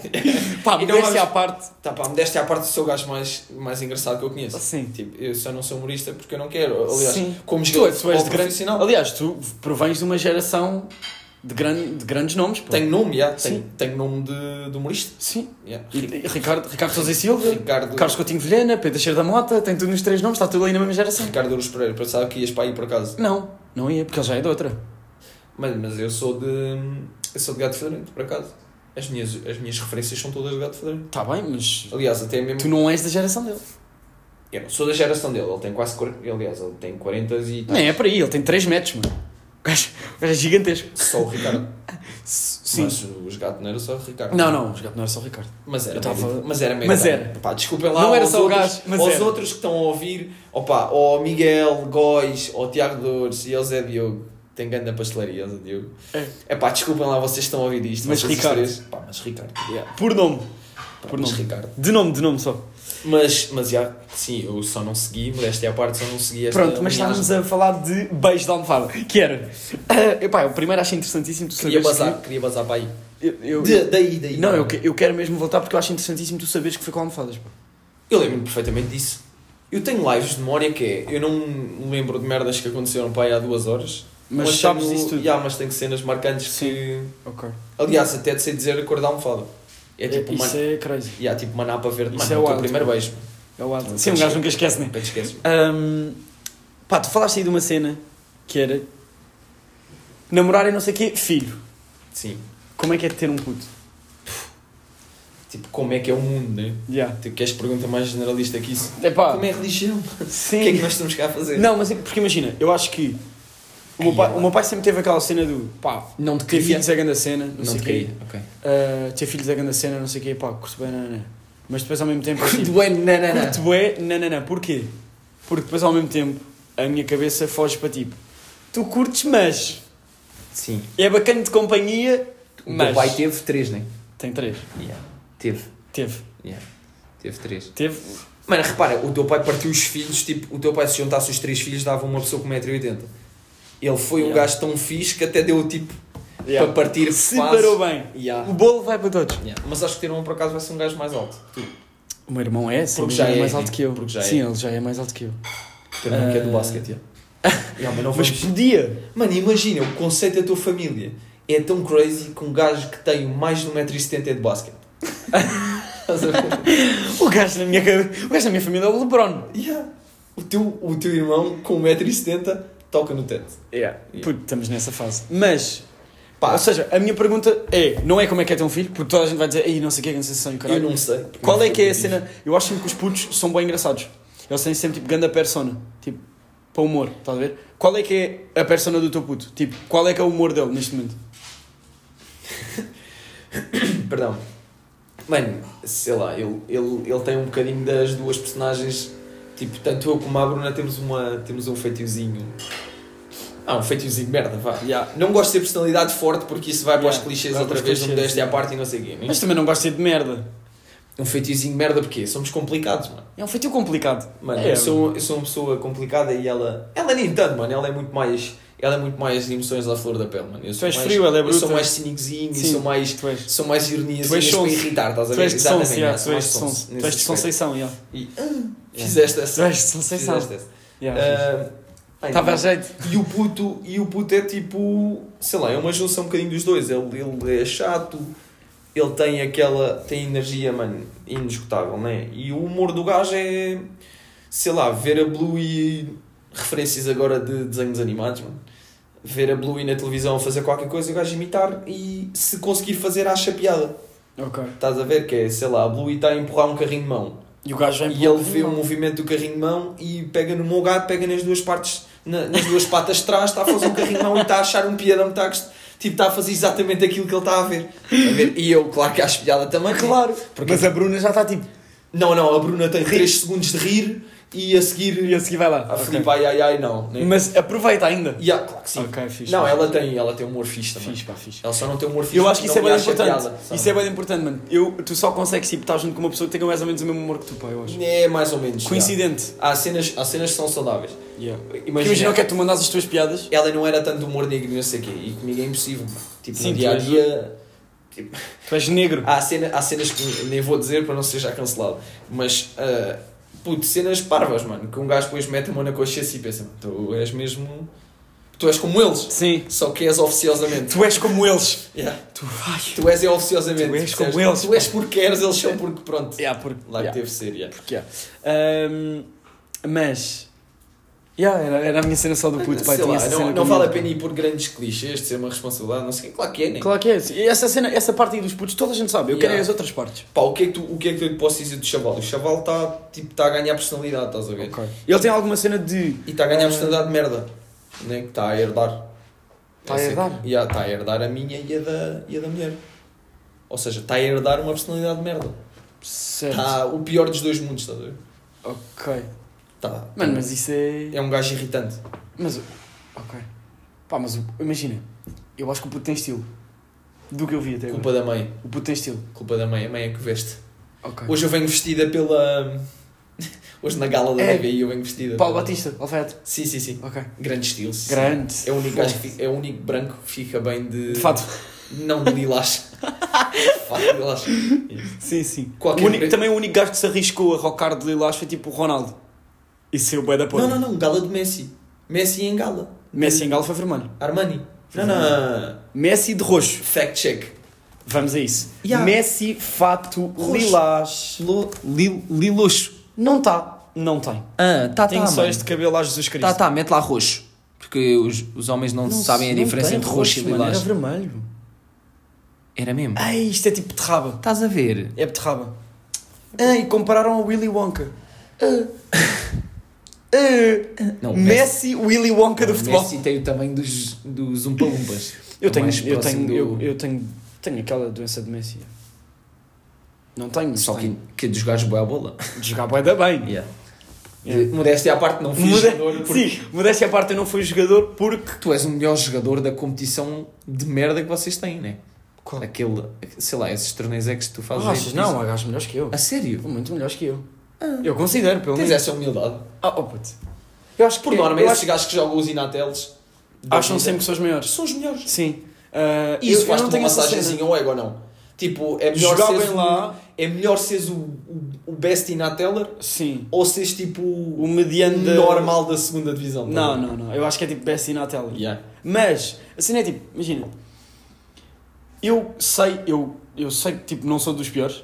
Speaker 2: Pá,
Speaker 4: E não
Speaker 2: modéstia
Speaker 4: vamos-
Speaker 2: à parte.
Speaker 4: Tá pá, modéstia à parte, sou o gajo mais, mais engraçado que eu conheço.
Speaker 2: Sim.
Speaker 4: Tipo, eu só não sou humorista porque eu não quero. Aliás,
Speaker 2: Sim.
Speaker 4: como
Speaker 2: Tu, és- tu és
Speaker 4: ou
Speaker 2: de grande...
Speaker 4: profissional.
Speaker 2: Aliás, tu provens de uma geração de, gran... de grandes nomes. pô.
Speaker 4: Tenho nome, já. Tenho,
Speaker 2: Sim.
Speaker 4: tenho nome de, de humorista.
Speaker 2: Sim.
Speaker 4: Yeah.
Speaker 2: E- e Ricardo, Ricardo Sousa e Silva,
Speaker 4: Ricardo-
Speaker 2: Carlos Coutinho Vilhena, Pedro Cheiro da Mota, tem tudo nos três nomes, está tudo ali na mesma geração.
Speaker 4: Ricardo Ouros Pereira, pensava que ias para aí por acaso.
Speaker 2: Não, não ia, porque ele já é de outra.
Speaker 4: Mas, mas eu sou de. Eu sou de gato fedorento, por acaso. As minhas, as minhas referências são todas de gato fedorento.
Speaker 2: Está Tá bem, mas
Speaker 4: Aliás, até mesmo.
Speaker 2: tu não és da geração dele.
Speaker 4: Eu não sou da geração dele, ele tem quase 40. Aliás, ele tem 40 e. tal.
Speaker 2: Nem é para aí, ele tem 3 metros, mano. O gajo, o gajo é gigantesco.
Speaker 4: Só o Ricardo.
Speaker 2: Sim.
Speaker 4: Mas os gatos não era só o Ricardo.
Speaker 2: Não, não, os gatos não era só o Ricardo.
Speaker 4: Mas era,
Speaker 2: Eu tava-
Speaker 4: meio- mas era meio
Speaker 2: mas
Speaker 4: idade.
Speaker 2: era.
Speaker 4: Pá, desculpem lá
Speaker 2: Não era
Speaker 4: aos
Speaker 2: só o
Speaker 4: outros,
Speaker 2: gajo, mas
Speaker 4: aos
Speaker 2: era.
Speaker 4: outros que estão a ouvir, opa, ao Miguel Góis, ao Tiago Dores e ao Zé Diogo. Tem grande na pastelaria, Zé Diogo. É pá, desculpem lá, vocês estão a ouvir isto.
Speaker 2: Mas
Speaker 4: vocês os
Speaker 2: Ricardo.
Speaker 4: três. Pá, mas Ricardo. yeah.
Speaker 2: Por nome.
Speaker 4: Pá,
Speaker 2: Por
Speaker 4: mas
Speaker 2: nome.
Speaker 4: Ricardo.
Speaker 2: De nome, de nome só.
Speaker 4: Mas, mas já, sim, eu só não segui, modéstia à parte, só não segui esta
Speaker 2: Pronto, mas
Speaker 4: linhagem.
Speaker 2: estávamos a falar de beijo de almofada. Que era. Ah, epá, eu primeiro achei interessantíssimo tu
Speaker 4: Queria
Speaker 2: saberes.
Speaker 4: bazar, queria bazar para aí.
Speaker 2: que- eu, eu-
Speaker 4: De- daí, daí.
Speaker 2: Não, eu, que- eu quero mesmo voltar porque eu acho interessantíssimo tu saberes que foi com almofadas. pá.
Speaker 4: Eu lembro-me perfeitamente disso. Eu tenho lives de memória que é. Eu não me lembro de merdas que aconteceram para aí há duas horas.
Speaker 2: Mas sabes
Speaker 4: tenho,
Speaker 2: isso tudo.
Speaker 4: já, mas tenho cenas marcantes que.
Speaker 2: Ok.
Speaker 4: Aliás, até de sei dizer a cor da almofada. É tipo uma.
Speaker 2: Isso é crazy.
Speaker 4: já, tipo uma napa verde.
Speaker 2: Isso
Speaker 4: Mano,
Speaker 2: é
Speaker 4: o teu
Speaker 2: wild.
Speaker 4: primeiro beijo.
Speaker 2: É o Adam.
Speaker 4: Nunca
Speaker 2: Sim, um
Speaker 4: esquece.
Speaker 2: gajo nunca esquece, né?
Speaker 4: Nunca te esqueço.
Speaker 2: Ahm, pá, tu falaste aí de uma cena que era. Namorar e não sei o quê, filho.
Speaker 4: Sim.
Speaker 2: Como é que é de ter um puto?
Speaker 4: Tipo, como é que é o mundo, né?
Speaker 2: Yeah.
Speaker 4: Tipo, queres pergunta mais generalista que isso?
Speaker 2: Epá,
Speaker 4: Como é a religião?
Speaker 2: sim.
Speaker 4: O que é que nós estamos cá a fazer?
Speaker 2: Ah. Não, mas é que- porque imagina, eu acho que o meu,
Speaker 4: Ai,
Speaker 2: pai,
Speaker 4: ela.
Speaker 2: o meu pai sempre teve aquela cena do pá,
Speaker 4: Não
Speaker 2: ter filhos é grande cena, não, sei o quê.
Speaker 4: Ok.
Speaker 2: Ah, ter filhos é grande cena, não sei o quê, pá, curto bem, não, não, não. Mas depois ao mesmo tempo. assim,
Speaker 4: Doé, não, não,
Speaker 2: curto bué, Tipo, é, não, não, não. Porquê? Porque depois ao mesmo tempo a minha cabeça foge para tipo, tu curtes, mas
Speaker 4: Sim.
Speaker 2: é bacana de companhia,
Speaker 4: O
Speaker 2: mas.
Speaker 4: teu pai teve três, né?
Speaker 2: Tem três.
Speaker 4: Teve.
Speaker 2: Teve.
Speaker 4: Teve três.
Speaker 2: Teve.
Speaker 4: Mano, repara, o teu pai partiu os filhos, tipo, o teu pai se juntasse os três filhos dava uma pessoa com 1,80m. Ele foi um
Speaker 2: Yeah.
Speaker 4: gajo tão fixe que até deu tipo.
Speaker 2: Yeah.
Speaker 4: para partir
Speaker 2: Separou bem.
Speaker 4: Yeah.
Speaker 2: O bolo vai para todos.
Speaker 4: Yeah. Mas acho que ter um por acaso vai ser um gajo mais alto. Tu,
Speaker 2: O meu irmão é, sim,
Speaker 4: Porque
Speaker 2: já
Speaker 4: já
Speaker 2: é,
Speaker 4: é,
Speaker 2: mais alto que eu.
Speaker 4: porque já
Speaker 2: sim,
Speaker 4: é.
Speaker 2: ele já é mais alto que eu.
Speaker 4: que não é do
Speaker 2: Ah.
Speaker 4: basquete. Yeah. Yeah, mas não
Speaker 2: Mas
Speaker 4: vamos-
Speaker 2: podia.
Speaker 4: Mano, imagina, o conceito da tua família é tão crazy que um gajo que tem mais de 1,70m é de basquete. Estás a ver?
Speaker 2: O gajo na minha, cabe- o gajo da minha família é o LeBron.
Speaker 4: yeah. o, teu, o teu irmão com 1,70m toca no teto. Yeah.
Speaker 2: Puto, estamos nessa fase. Mas,
Speaker 4: É, Pá,
Speaker 2: ou seja, a minha pergunta é: não é como é que é ter um filho, porque toda a gente vai dizer, ei, não sei o que é sensação e o
Speaker 4: eu
Speaker 2: caralho.
Speaker 4: não sei.
Speaker 2: Qual é que é a cena? Eu acho que os putos são bem engraçados. Eles têm sempre tipo grande persona, tipo, para o humor, estás a ver? Qual é que é a persona do teu puto? Tipo, qual é que é o humor dele neste momento?
Speaker 4: Perdão. Mano, sei lá, ele, ele, ele tem um bocadinho das duas personagens. Tipo, tanto eu como a Bruna temos, uma, temos um feitiozinho. Ah, um feitiozinho de merda, vá.
Speaker 2: Yeah.
Speaker 4: Não gosto de ter personalidade forte porque isso vai para
Speaker 2: Yeah,
Speaker 4: os clichês
Speaker 2: vai
Speaker 4: outra
Speaker 2: para os
Speaker 4: vez, não
Speaker 2: clichês,
Speaker 4: modéstia à
Speaker 2: yeah.
Speaker 4: parte e não sei o quê.
Speaker 2: Mas também não gosto de ser de merda.
Speaker 4: Um feitiozinho de merda porque somos complicados, mano.
Speaker 2: É um feitio complicado.
Speaker 4: Mano,
Speaker 2: é,
Speaker 4: eu, sou, eu sou uma pessoa complicada e ela. Ela nem tanto, mano. Ela é muito mais. Ela é muito mais emoções à flor da pele, mano. Eu
Speaker 2: Tu
Speaker 4: sou
Speaker 2: és
Speaker 4: mais,
Speaker 2: frio, ela é
Speaker 4: Eu sou
Speaker 2: bruta.
Speaker 4: mais cinicozinho,
Speaker 2: Sim.
Speaker 4: sou mais.
Speaker 2: Tu és.
Speaker 4: São mais ironias
Speaker 2: Tu és
Speaker 4: para
Speaker 2: sonso.
Speaker 4: irritar, estás a
Speaker 2: Tu
Speaker 4: ver?
Speaker 2: és de Sons, yeah,
Speaker 4: sou
Speaker 2: tu és de
Speaker 4: mais
Speaker 2: Sons.
Speaker 4: nesse
Speaker 2: Tu és de
Speaker 4: aspecto.
Speaker 2: Sonseição, yeah.
Speaker 4: E, ah, Fizeste essa.
Speaker 2: Tu és É de Sonseição.
Speaker 4: Fizeste essa.
Speaker 2: Yeah,
Speaker 4: Ah, bem,
Speaker 2: Estava a
Speaker 4: mano,
Speaker 2: jeito.
Speaker 4: e o puto E o puto é tipo. Sei lá, é uma junção um bocadinho dos dois. Ele, ele é chato, ele tem aquela. tem energia, mano, inesgotável, né? E o humor do gajo é. sei lá, ver a Blue e. referências agora de desenhos animados, mano. Ver a Blue na televisão fazer qualquer coisa e o gajo imitar e se conseguir fazer, acha piada.
Speaker 2: Ok.
Speaker 4: Estás a ver que é, sei lá, a Blue está a empurrar um carrinho de mão.
Speaker 2: E o gajo vai
Speaker 4: E ele vê o movimento do carrinho de mão e pega no meu gato, pega nas duas partes, na- nas duas patas de trás, está a fazer um carrinho de mão e está a achar um piadão, está a, gost- tipo, está a fazer exatamente aquilo que ele está a ver. A ver? E eu, claro que acho piada também.
Speaker 2: Claro.
Speaker 4: Porque-
Speaker 2: Mas a Bruna já está tipo.
Speaker 4: Não, não, a Bruna tem 3 segundos de rir e a seguir.
Speaker 2: E a seguir vai lá.
Speaker 4: A
Speaker 2: Ok.
Speaker 4: Filipe, ai ai ai, não. Nem...
Speaker 2: Mas aproveita ainda.
Speaker 4: E há- claro que sim.
Speaker 2: Ok, fixe.
Speaker 4: não,
Speaker 2: pá.
Speaker 4: ela tem, ela tem humor fixe também.
Speaker 2: Fixe, pá, fixe.
Speaker 4: Ela só não tem humor fixe.
Speaker 2: Eu acho que isso
Speaker 4: porque
Speaker 2: é
Speaker 4: não
Speaker 2: bem
Speaker 4: lhe acha
Speaker 2: importante.
Speaker 4: piada, sabe?
Speaker 2: isso é bem importante, mano. Eu, tu só consegues tipo, estar junto com uma pessoa que tenha mais ou menos o mesmo humor que tu, pá, eu acho.
Speaker 4: É mais ou menos. já.
Speaker 2: Coincidente.
Speaker 4: Há cenas, há cenas que são saudáveis.
Speaker 2: Porque Imagina que é tu mandas as tuas piadas.
Speaker 4: ela não era tanto humor negro e não sei o quê, e comigo é impossível. mano. Tipo,
Speaker 2: Sim,
Speaker 4: no dia
Speaker 2: tu
Speaker 4: a
Speaker 2: és-
Speaker 4: dia.
Speaker 2: Tu és negro.
Speaker 4: Há, cena, há cenas que nem vou dizer para não ser já cancelado, mas. ah, puto, cenas parvas, mano, que um gajo depois mete a mão na consciência e assim pensa, tu és mesmo. Tu és como eles,
Speaker 2: Sim.
Speaker 4: só que és oficiosamente.
Speaker 2: Tu és como eles.
Speaker 4: Yeah.
Speaker 2: Tu vai.
Speaker 4: Tu és é oficiosamente.
Speaker 2: Tu és
Speaker 4: percebes?
Speaker 2: como eles.
Speaker 4: Tu és porque queres, eles são porque pronto.
Speaker 2: Yeah, porque,
Speaker 4: Lá que
Speaker 2: yeah,
Speaker 4: teve de ser, yeah.
Speaker 2: porque yeah. Ahm, Mas. Yeah, era, era a minha cena só do puto, pai.
Speaker 4: Sei
Speaker 2: tinha
Speaker 4: lá,
Speaker 2: essa
Speaker 4: não,
Speaker 2: cena
Speaker 4: não
Speaker 2: comigo.
Speaker 4: vale a pena ir por grandes clichês de ser uma responsabilidade, não sei o quê. Claro que é, né?
Speaker 2: Claro que é. E Essa, cena, essa parte aí dos putos, toda a gente sabe. Eu quero
Speaker 4: Yeah.
Speaker 2: é as outras partes.
Speaker 4: Pá, o que é que, tu, o que é que eu lhe posso dizer do Chaval? O Chaval está tipo, tá a ganhar personalidade, estás a ver?
Speaker 2: Ele tem alguma cena de.
Speaker 4: E está a ganhar personalidade de merda, né? que está a herdar.
Speaker 2: Tá a
Speaker 4: Essa-
Speaker 2: herdar?
Speaker 4: Ya, Está a herdar a minha e a da, e a da mulher. Ou seja, está a herdar uma personalidade de merda.
Speaker 2: Certo.
Speaker 4: Está o pior dos dois mundos, estás a ver?
Speaker 2: Ok.
Speaker 4: Tá.
Speaker 2: Mano, mas isso é.
Speaker 4: É um gajo irritante.
Speaker 2: Mas. o- Ok. Pá, mas o- imagina. Eu acho que o puto tem estilo. Do que eu vi até agora.
Speaker 4: Culpa da mãe.
Speaker 2: O puto tem estilo.
Speaker 4: Culpa da mãe. A mãe é que veste.
Speaker 2: Ok.
Speaker 4: Hoje eu venho vestida pela... hum, Hoje na gala da
Speaker 2: É.
Speaker 4: TVI eu venho vestida.
Speaker 2: Paulo
Speaker 4: pela-
Speaker 2: Batista, alfaiate.
Speaker 4: Sim, sim, sim.
Speaker 2: Ok.
Speaker 4: Grande estilo. sim.
Speaker 2: Grande.
Speaker 4: É o único,
Speaker 2: Fogo.
Speaker 4: gajo que fica- é o único branco que fica bem de...
Speaker 2: De fato.
Speaker 4: Não de lilás. Fala de lilás.
Speaker 2: Sim, sim.
Speaker 4: Qualquer
Speaker 2: O único-
Speaker 4: pre-
Speaker 2: Também o único gajo que se arriscou a rocar de lilás foi tipo o Ronaldo. Isso é o bué da porra.
Speaker 4: Não, não, não. Gala de Messi. Messi em gala.
Speaker 2: Messi em galo foi vermelho.
Speaker 4: Armani. Não, não. uh,
Speaker 2: Messi de roxo.
Speaker 4: Fact check.
Speaker 2: Vamos a isso.
Speaker 4: Yeah.
Speaker 2: Messi, fato,
Speaker 4: Roxo.
Speaker 2: lilás.
Speaker 4: Lo...
Speaker 2: Lil, liluxo. Não tá. Não tem.
Speaker 4: Ah, tá,
Speaker 2: Tem só este cabelo a Jesus Cristo.
Speaker 4: Tá, tá. Mete lá roxo. Porque os, os homens não,
Speaker 2: Não
Speaker 4: sabem a
Speaker 2: se- não
Speaker 4: diferença
Speaker 2: tem
Speaker 4: entre roxo e
Speaker 2: mano,
Speaker 4: lilás.
Speaker 2: Era vermelho.
Speaker 4: Era mesmo.
Speaker 2: Ai, isto é tipo beterraba.
Speaker 4: Estás a ver?
Speaker 2: É beterraba. Ai, compararam ao Willy Wonka. Ah. Ah.
Speaker 4: Não,
Speaker 2: Messi, Willy Wonka do
Speaker 4: Messi-
Speaker 2: futebol.
Speaker 4: Messi tem o tamanho dos, dos umpalumpas. É
Speaker 2: Eu tenho,
Speaker 4: Mais
Speaker 2: eu
Speaker 4: próximo
Speaker 2: tenho,
Speaker 4: do-
Speaker 2: eu, eu tenho, tenho aquela doença de Messi. Não tenho, mas
Speaker 4: Só que,
Speaker 2: tenho.
Speaker 4: que é dos gajos boa a bola.
Speaker 2: De jogar bué da bem.
Speaker 4: Yeah.
Speaker 2: Yeah.
Speaker 4: Modéstia à parte, não fui
Speaker 2: Mude-
Speaker 4: jogador. Porque...
Speaker 2: Sim, modéstia à parte, eu não fui jogador porque...
Speaker 4: Tu és o melhor jogador da competição de merda que vocês têm, né?
Speaker 2: Qual?
Speaker 4: Aquele, sei lá, esses torneios é que tu fazes.
Speaker 2: Ah,
Speaker 4: aí,
Speaker 2: achas?
Speaker 4: tu
Speaker 2: não,
Speaker 4: dizes-
Speaker 2: há gajos melhores que eu.
Speaker 4: A sério?
Speaker 2: Muito melhores que eu.
Speaker 4: Ah.
Speaker 2: Eu considero, pelo
Speaker 4: Tens
Speaker 2: menos.
Speaker 4: essa humildade.
Speaker 2: Ah, oh, puto.
Speaker 4: Eu acho que por
Speaker 2: eu
Speaker 4: norma,
Speaker 2: acho-
Speaker 4: esses gajos que jogam os Inateles da
Speaker 2: Acham
Speaker 4: vida,
Speaker 2: sempre que são os maiores.
Speaker 4: são os melhores.
Speaker 2: Sim. Ah,
Speaker 4: E
Speaker 2: eu-
Speaker 4: isso
Speaker 2: eu
Speaker 4: faz-te
Speaker 2: não
Speaker 4: uma
Speaker 2: tenho essa
Speaker 4: massagenzinha
Speaker 2: cena.
Speaker 4: ao ego ou não? Tipo, é melhor
Speaker 2: Jogar
Speaker 4: seres,
Speaker 2: bem
Speaker 4: o-
Speaker 2: lá.
Speaker 4: é melhor seres o, o, o best in a teller
Speaker 2: Sim.
Speaker 4: ou seres tipo o
Speaker 2: O mediano da-
Speaker 4: normal da segunda divisão. tá
Speaker 2: Não,
Speaker 4: bem?
Speaker 2: não, não. Eu acho que é tipo best in a tela.
Speaker 4: Yeah.
Speaker 2: Mas, assim é tipo, imagina. Eu sei, eu, eu sei que tipo, não sou dos piores.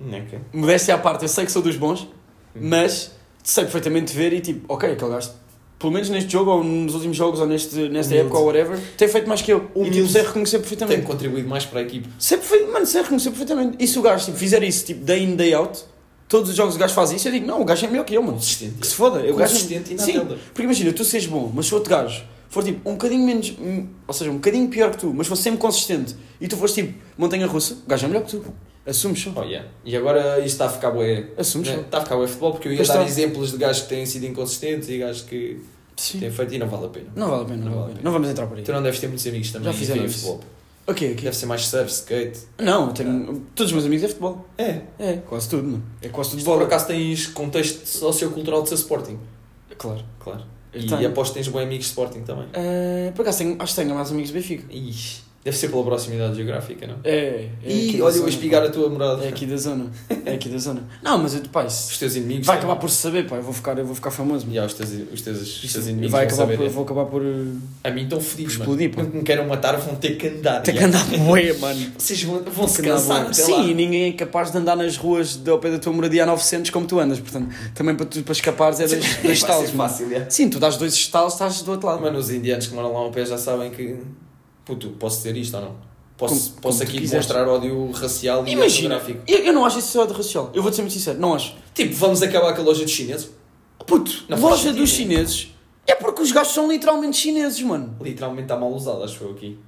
Speaker 3: Neca.
Speaker 2: Modéstia à parte, eu sei que sou dos bons. Mas sei perfeitamente ver e tipo, ok, aquele gajo, pelo menos neste jogo ou nos últimos jogos ou neste, nesta
Speaker 4: Humilde.
Speaker 2: época ou whatever, tem feito mais que eu. E tipo,
Speaker 4: Humilde.
Speaker 2: sei reconhecer
Speaker 4: Tem
Speaker 2: perfeitamente.
Speaker 4: contribuído mais para a equipe.
Speaker 2: Sei perfeitamente, mano, sei reconhecer perfeitamente. E se o gajo tipo, fizer isso, tipo, day in, day out, todos os jogos o gajo faz isso, eu digo, não, o gajo é melhor que eu, mano. Que
Speaker 4: Consistente.
Speaker 2: se foda, eu gajo.
Speaker 4: Consistente e na
Speaker 2: Sim,
Speaker 4: tela.
Speaker 2: porque imagina, tu seres bom, mas se outro gajo for tipo um bocadinho menos, hum, ou seja, um bocadinho pior que tu, mas for sempre consistente e tu fores tipo montanha russa, o gajo é melhor que tu. Assumes só.
Speaker 4: Oh, yeah. E agora isto está a ficar bué.
Speaker 2: Assumes só.
Speaker 4: né? Está a ficar bué futebol porque eu ia
Speaker 2: Pois tá.
Speaker 4: dar
Speaker 2: está.
Speaker 4: exemplos de gajos que têm sido inconsistentes e gajos que
Speaker 2: Sim.
Speaker 4: têm feito e não vale a pena.
Speaker 2: Não vale a pena, não, vale a pena. Não vamos entrar por aí.
Speaker 4: Tu não deves ter muitos amigos também
Speaker 2: Já
Speaker 4: que
Speaker 2: fizeram
Speaker 4: veem
Speaker 2: isso.
Speaker 4: futebol.
Speaker 2: Ok, ok.
Speaker 4: Deve ser mais surf, skate.
Speaker 2: Não, eu tenho- todos os meus amigos é futebol.
Speaker 4: É.
Speaker 2: É, quase tudo, mano. É quase tudo
Speaker 4: Isto,
Speaker 2: bola.
Speaker 4: por acaso tens contexto sociocultural de ser Sporting.
Speaker 2: Claro.
Speaker 4: Claro.
Speaker 2: Eu
Speaker 4: E
Speaker 2: tenho.
Speaker 4: aposto que tens bons amigos de Sporting também.
Speaker 2: Ah, por acaso tenho, acho que tenho mais amigos do Benfica.
Speaker 4: Ixi, deve ser pela proximidade geográfica, não?
Speaker 2: É. é aqui
Speaker 4: e
Speaker 2: da
Speaker 4: olha, eu
Speaker 2: zona,
Speaker 4: a espigar
Speaker 2: pá.
Speaker 4: a tua morada.
Speaker 2: É aqui da zona. É aqui da zona. Não, mas eu, pá, isso
Speaker 4: Os teus inimigos.
Speaker 2: vai acabar por se saber, pá. Eu vou ficar, eu vou ficar famoso. mano.
Speaker 4: Yeah, os, teus, os, teus, os teus
Speaker 2: E
Speaker 4: inimigos
Speaker 2: vai
Speaker 4: vão
Speaker 2: acabar
Speaker 4: saber.
Speaker 2: por,
Speaker 4: é.
Speaker 2: vou acabar por uh,
Speaker 4: A mim estão fodidos, mano.
Speaker 2: Explodir, pá.
Speaker 4: Porque me queiram matar, vão ter que andar.
Speaker 2: ter que
Speaker 4: Ah, yeah.
Speaker 2: andar boé, mano.
Speaker 4: Vocês vão, vão se
Speaker 2: Ter que andar
Speaker 4: cansar
Speaker 2: bué.
Speaker 4: até lá.
Speaker 2: Sim, e ninguém é capaz de andar nas ruas de- ao pé da tua moradia a 900 como tu andas, portanto, também para, tu, para escapares é dois, dois
Speaker 4: Vai ser
Speaker 2: estalos, mano.
Speaker 4: fácil, yeah.
Speaker 2: Sim, tu dás dois estalos, estás do outro lado.
Speaker 4: Mano, os indianos que moram lá ao pé já sabem que... Puto, posso dizer isto ou não? Posso,
Speaker 2: Como-
Speaker 4: posso
Speaker 2: como tu
Speaker 4: aqui
Speaker 2: quiseres.
Speaker 4: mostrar ódio racial e
Speaker 2: Imagina,
Speaker 4: geográfico.
Speaker 2: eu, eu não acho isso de racial, eu vou-te ser muito sincero, não acho.
Speaker 4: Tipo, vamos acabar com a loja dos chineses?
Speaker 2: Puto,
Speaker 4: Não faz
Speaker 2: loja
Speaker 4: sentido,
Speaker 2: dos
Speaker 4: né?
Speaker 2: chineses é porque os gajos são literalmente chineses, mano.
Speaker 4: Literalmente está mal usado, acho eu aqui.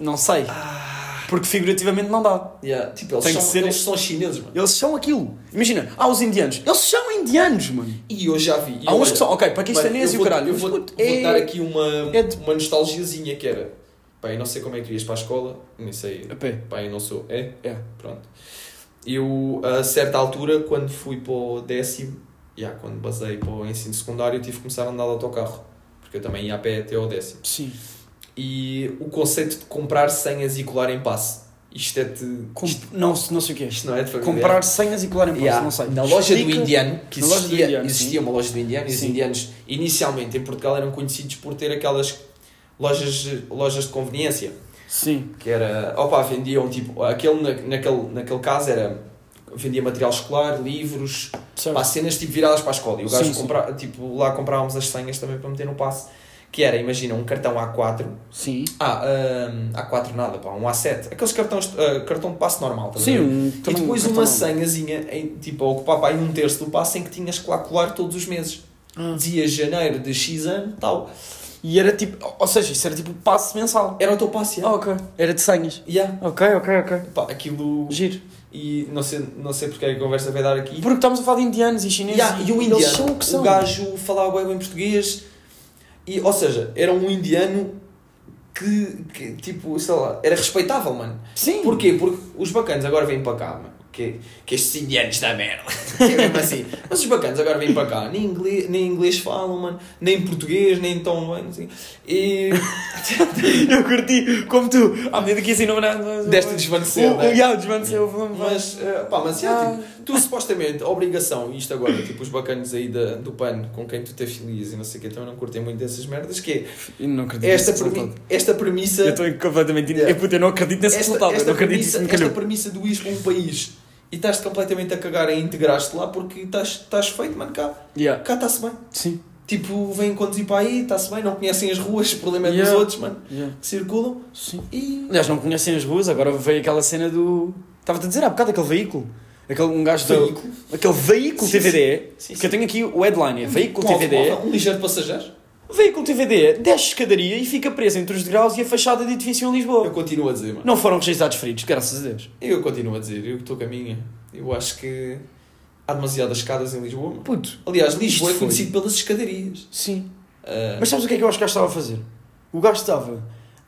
Speaker 2: Não sei,
Speaker 4: Ah.
Speaker 2: porque figurativamente não dá.
Speaker 4: Yeah, Tipo, eles,
Speaker 2: Tem
Speaker 4: são,
Speaker 2: que ser-
Speaker 4: eles são chineses, mano.
Speaker 2: Eles são aquilo. Imagina, há os indianos, eles são indianos, mano.
Speaker 4: E eu já vi. E
Speaker 2: Há uns
Speaker 4: olha,
Speaker 2: que são, ok, paquistanês e
Speaker 4: mano, eu
Speaker 2: o
Speaker 4: vou-
Speaker 2: é caralho.
Speaker 4: Eu
Speaker 2: mas,
Speaker 4: vou,
Speaker 2: puto,
Speaker 4: vou
Speaker 2: é-
Speaker 4: dar aqui uma,
Speaker 2: é de-
Speaker 4: uma nostalgiazinha que era. Pá, eu não sei como é que tu ias para a escola, nem sei.
Speaker 2: A pé,
Speaker 4: Pá, eu não sou. É?
Speaker 2: é.
Speaker 4: Pronto. Eu, a certa altura, quando fui para o décimo, já, quando basei para o ensino secundário, eu tive que começar a andar de autocarro. Porque eu também ia a pé até ao décimo.
Speaker 2: Sim.
Speaker 4: E o conceito de comprar senhas e colar em passe. Isto é de.
Speaker 2: Com- não, não sei o que é.
Speaker 4: Isto não é de familiar.
Speaker 2: Comprar senhas e colar em passe,
Speaker 4: Yeah.
Speaker 2: não sei.
Speaker 4: Na loja do
Speaker 2: Explica-
Speaker 4: indiano, que
Speaker 2: Na loja do
Speaker 4: existia,
Speaker 2: indiano, sim.
Speaker 4: existia uma loja do indiano, e os
Speaker 2: Sim.
Speaker 4: indianos inicialmente em Portugal eram conhecidos por ter aquelas lojas, lojas de conveniência,
Speaker 2: Sim,
Speaker 4: que era, opa, vendiam tipo, aquele, na- naquele, naquele caso era, vendia material escolar, livros,
Speaker 2: certo.
Speaker 4: pá, cenas tipo viradas para a escola, e o
Speaker 2: Sim,
Speaker 4: gajo
Speaker 2: sim.
Speaker 4: compra, tipo, lá comprávamos as senhas também para meter no passe, que era, imagina, um cartão A4,
Speaker 2: Sim.
Speaker 4: ah, hum, A4 nada, pá, um A7, aqueles cartões, ah, cartão de passe normal, estás a
Speaker 2: Sim,
Speaker 4: ver?
Speaker 2: um,
Speaker 4: E
Speaker 2: também um
Speaker 4: depois
Speaker 2: cartão
Speaker 4: uma
Speaker 2: não.
Speaker 4: senhazinha, em, tipo, ocupava aí um terço do passo em que tinhas que lá colar todos os meses.
Speaker 2: Ah.
Speaker 4: Dizia janeiro de X ano, tal.
Speaker 2: E era tipo, ou seja, isso era tipo passe mensal.
Speaker 4: Era o teu passe,
Speaker 2: Ah,
Speaker 4: yeah.
Speaker 2: ok. Era de senhas.
Speaker 4: Yeah.
Speaker 2: Ok, ok, ok.
Speaker 4: Pá, aquilo...
Speaker 2: Giro.
Speaker 4: E não sei, não sei porque é que a conversa vai dar aqui.
Speaker 2: Porque estamos a falar de indianos e chineses.
Speaker 4: Yeah, e o indiano,
Speaker 2: Eles são o que são.
Speaker 4: o gajo falava bem em português. E, ou seja, era um indiano que, que, tipo, sei lá, era respeitável, mano.
Speaker 2: Sim.
Speaker 4: Porquê? Porque os bacanos agora vêm para cá, mano. Que, que estes indianos da merda. Que é mesmo assim. Mas os bacanos agora vêm para cá. Nem inglês, nem inglês falam, mano. Nem português, nem tão bem. Assim. E
Speaker 2: Eu curti, como tu, à medida que assim não me
Speaker 4: desta desvanecer.
Speaker 2: O, o,
Speaker 4: né?
Speaker 2: yeah, o desvaneceu, o volume vai.
Speaker 4: Mas, eh, pá, mas yeah, tipo, tu supostamente, a obrigação, e isto agora, tipo, os bacanos aí da, do PAN com quem tu te afilias e não sei o que, também não curtem muito dessas merdas, que
Speaker 2: Eu não acredito
Speaker 4: é esta,
Speaker 2: nesse
Speaker 4: premi-
Speaker 2: resultado.
Speaker 4: esta premissa.
Speaker 2: Eu estou completamente.
Speaker 4: Yeah.
Speaker 2: Eu, puto, eu não acredito nesse
Speaker 4: esta,
Speaker 2: resultado. eu
Speaker 4: esta
Speaker 2: não acredito
Speaker 4: premissa,
Speaker 2: isso me
Speaker 4: esta
Speaker 2: calhou.
Speaker 4: premissa do ires para um país e estás completamente a cagar em integrar-te lá porque estás, estás feito, mano, cá.
Speaker 2: Yeah.
Speaker 4: Cá está-se bem.
Speaker 2: Sim.
Speaker 4: Tipo, vêm conduzir para aí, está-se bem, não conhecem as ruas, o problema é
Speaker 2: Yeah.
Speaker 4: dos outros, mano.
Speaker 2: Yeah.
Speaker 4: que Circulam
Speaker 2: Sim.
Speaker 4: e.
Speaker 2: Aliás, não conhecem as ruas, agora veio aquela cena do. Estava-te a dizer há bocado aquele veículo. Aquele um gajo do-
Speaker 4: Veículo.
Speaker 2: Aquele veículo
Speaker 4: Sim,
Speaker 2: TVDE.
Speaker 4: Sim,
Speaker 2: Que eu tenho aqui o headline: é veículo
Speaker 4: Um
Speaker 2: TVDE.
Speaker 4: automóvel, Um ligeiro passageiro.
Speaker 2: Veículo TVDE desce escadaria e fica preso entre os degraus e a fachada de edifício em
Speaker 4: Eu
Speaker 2: Lisboa.
Speaker 4: continuo a dizer, mano.
Speaker 2: Não foram registrados feridos, graças a Deus.
Speaker 4: Eu continuo a dizer, eu que estou com a minha. Eu acho que há demasiadas escadas em Lisboa. mano.
Speaker 2: Puto,
Speaker 4: Aliás, Lisboa
Speaker 2: Isto
Speaker 4: é
Speaker 2: foi.
Speaker 4: conhecido pelas escadarias.
Speaker 2: sim.
Speaker 4: Ah,
Speaker 2: Mas sabes o que é que eu acho que o gajo estava a fazer? O gajo estava.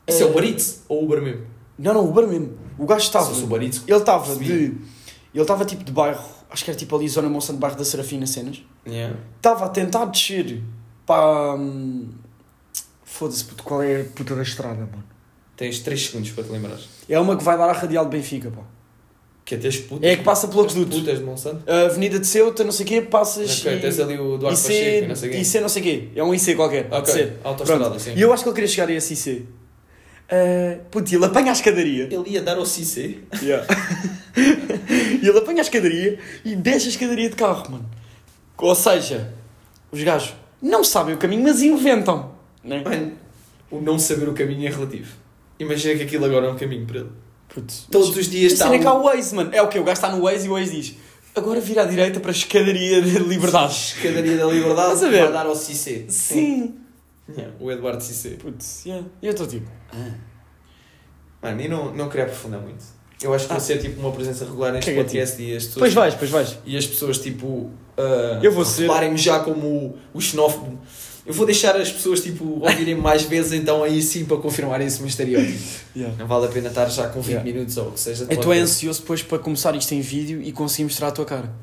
Speaker 4: isso é
Speaker 2: eh,
Speaker 4: o Baritz ou Uber mesmo?
Speaker 2: Não, não, Uber mesmo. O gajo estava.
Speaker 4: Se fosse o Baritz,
Speaker 2: Ele estava
Speaker 4: Sim.
Speaker 2: de. Ele estava tipo de bairro, acho que era tipo ali Zona Moça de Bairro da Serafina Cenas.
Speaker 4: yeah.
Speaker 2: Estava a tentar descer para. hum, Foda-se, puto, qual é a puta da estrada, mano?
Speaker 4: Tens 3 segundos para te lembrar.
Speaker 2: É uma que vai dar à Radial de Benfica, pá.
Speaker 4: Que é tens putas.
Speaker 2: É a que passa pelo aqueduto.
Speaker 4: Putas de Monsanto.
Speaker 2: A Avenida de Ceuta, não sei o quê, passas
Speaker 4: Ok, tens ali o Duarte
Speaker 2: IC,
Speaker 4: Pacheco, e não sei quem.
Speaker 2: IC não sei quê. É um IC qualquer. de
Speaker 4: Ok,
Speaker 2: ser.
Speaker 4: autostrada,
Speaker 2: Pronto.
Speaker 4: sim.
Speaker 2: E eu acho que ele queria chegar a esse IC. Uh, puto, e ele apanha a escadaria.
Speaker 4: Ele ia dar ao CC.
Speaker 2: Yeah. e ele apanha a escadaria e desce a escadaria de carro, mano. Ou seja, os gajos não sabem o caminho, mas inventam. Né?
Speaker 4: Mano, o não saber o caminho é relativo. Imagina que aquilo agora é um caminho para ele.
Speaker 2: Putz,
Speaker 4: Todos os dias está
Speaker 2: Está que há
Speaker 4: um...
Speaker 2: o Waze, mano. É o que O gajo está no Waze e o Waze diz: agora vira à direita para a escadaria de liberdade.
Speaker 4: escadaria da liberdade
Speaker 2: Estás a ver?
Speaker 4: para dar ao CC.
Speaker 2: Sim.
Speaker 4: Yeah, o Eduardo CC.
Speaker 2: Putz, yeah. E eu estou tipo:
Speaker 4: Mano, e não, não queria aprofundar muito. Eu acho que vou ser tipo uma presença regular neste
Speaker 2: Cagativo.
Speaker 4: podcast e as pessoas.
Speaker 2: Ah. pois vais, pois vais.
Speaker 4: E as pessoas tipo. ah,
Speaker 2: Eu vou ser.
Speaker 4: Reparem-me já como o, o xenófobo. Eu vou deixar as pessoas tipo ouvirem mais vezes, então aí sim para confirmarem esse estereótipo.
Speaker 2: Yeah.
Speaker 4: Não vale a pena estar já com 20
Speaker 2: Yeah. É
Speaker 4: minutos ou o que seja.
Speaker 2: Eu estou ansioso depois para começar isto em vídeo e conseguir mostrar a tua cara.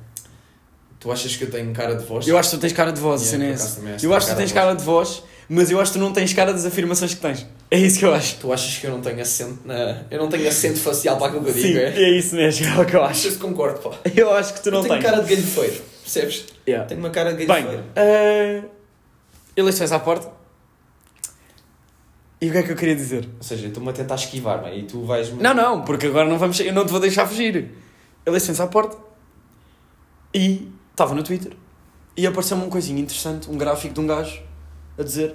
Speaker 4: Tu achas que eu tenho cara de voz?
Speaker 2: um- Eu acho que tu tens cara de voz, a
Speaker 4: Yeah,
Speaker 2: cena é
Speaker 4: por
Speaker 2: essa.
Speaker 4: acaso também
Speaker 2: Eu acho que tu
Speaker 4: tenho
Speaker 2: tens cara de voz, mas eu acho que tu não tens cara das afirmações que tens. É isso que eu acho.
Speaker 4: Tu achas que eu não tenho acento na... Eu não tenho acento facial para aquilo que eu
Speaker 2: Sim,
Speaker 4: digo, é?
Speaker 2: é isso mesmo, é o que eu acho.
Speaker 4: Achas que concordo, pá.
Speaker 2: Eu acho que tu não
Speaker 4: eu tenho
Speaker 2: tens.
Speaker 4: cara de galho feiro, percebes?
Speaker 2: Yeah.
Speaker 4: Tenho uma cara de
Speaker 2: Bem,
Speaker 4: galho feiro.
Speaker 2: uh, eleições à porta. E o que é que eu queria dizer?
Speaker 4: Ou seja, eu estou-me a tentar esquivar, mano, e tu vais-me...
Speaker 2: Não, não, porque agora não vamos. Eu não te vou deixar fugir. Eleições à porta. E estava no Twitter. E apareceu-me um coisinho interessante, um gráfico de um gajo a dizer.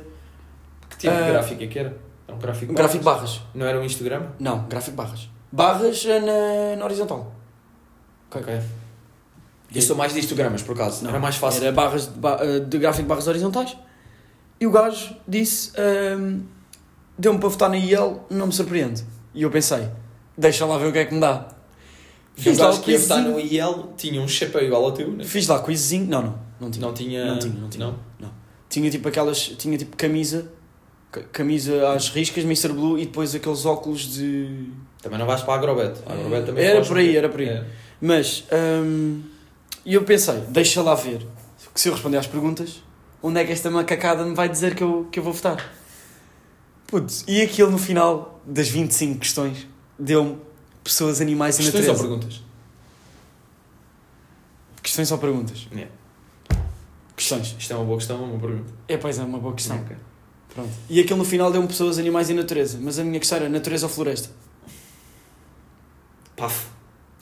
Speaker 4: Que tipo
Speaker 2: Ah.
Speaker 4: de gráfico é que era? Era um gráfico
Speaker 2: Um gráfico de
Speaker 4: barras.
Speaker 2: barras.
Speaker 4: Não era um Instagram?
Speaker 2: Não, gráfico barras. Barras eh, na, na horizontal. Ok.
Speaker 4: Eu sou mais de histogramas, por acaso.
Speaker 2: Não.
Speaker 4: Era mais fácil.
Speaker 2: Era barras de, ba- eh, de gráfico de barras horizontais. E o gajo disse: ehm, Deu-me para votar na IEL, não me surpreende. E eu pensei: Deixa lá ver o que é que me dá.
Speaker 4: Porque
Speaker 2: Fiz
Speaker 4: o
Speaker 2: lá
Speaker 4: gajo
Speaker 2: o
Speaker 4: que ia votar
Speaker 2: quizzinho.
Speaker 4: no IEL tinha um chapéu igual ao teu, né?
Speaker 2: Fiz lá quizzinho. Não, não, não tinha.
Speaker 4: Não tinha...
Speaker 2: Não tinha, não tinha.
Speaker 4: Não?
Speaker 2: Tinha tipo aquelas. Tinha tipo camisa. ca- Camisa às riscas, Mr. Blue e depois aqueles óculos de.
Speaker 4: Também não vais para a Agrobet. A Agrobet também
Speaker 2: Era
Speaker 4: faz
Speaker 2: por aí,
Speaker 4: um-
Speaker 2: era por aí.
Speaker 4: É.
Speaker 2: Mas hum, e eu pensei, deixa lá ver que se eu responder às perguntas, onde é que esta macacada me vai dizer que eu, que eu vou votar? Putz, e aquilo no final das 25 questões deu-me pessoas, animais e
Speaker 4: Questões
Speaker 2: natureza.
Speaker 4: ou perguntas?
Speaker 2: Questões ou perguntas?
Speaker 4: Yeah.
Speaker 2: Questões.
Speaker 4: Isto é uma boa questão ou uma pergunta?
Speaker 2: É, pois é, uma boa questão.
Speaker 4: Ok.
Speaker 2: Pronto. E aquilo no final deu-me pessoas, animais e natureza. Mas a minha questão era natureza ou floresta?
Speaker 4: Paf.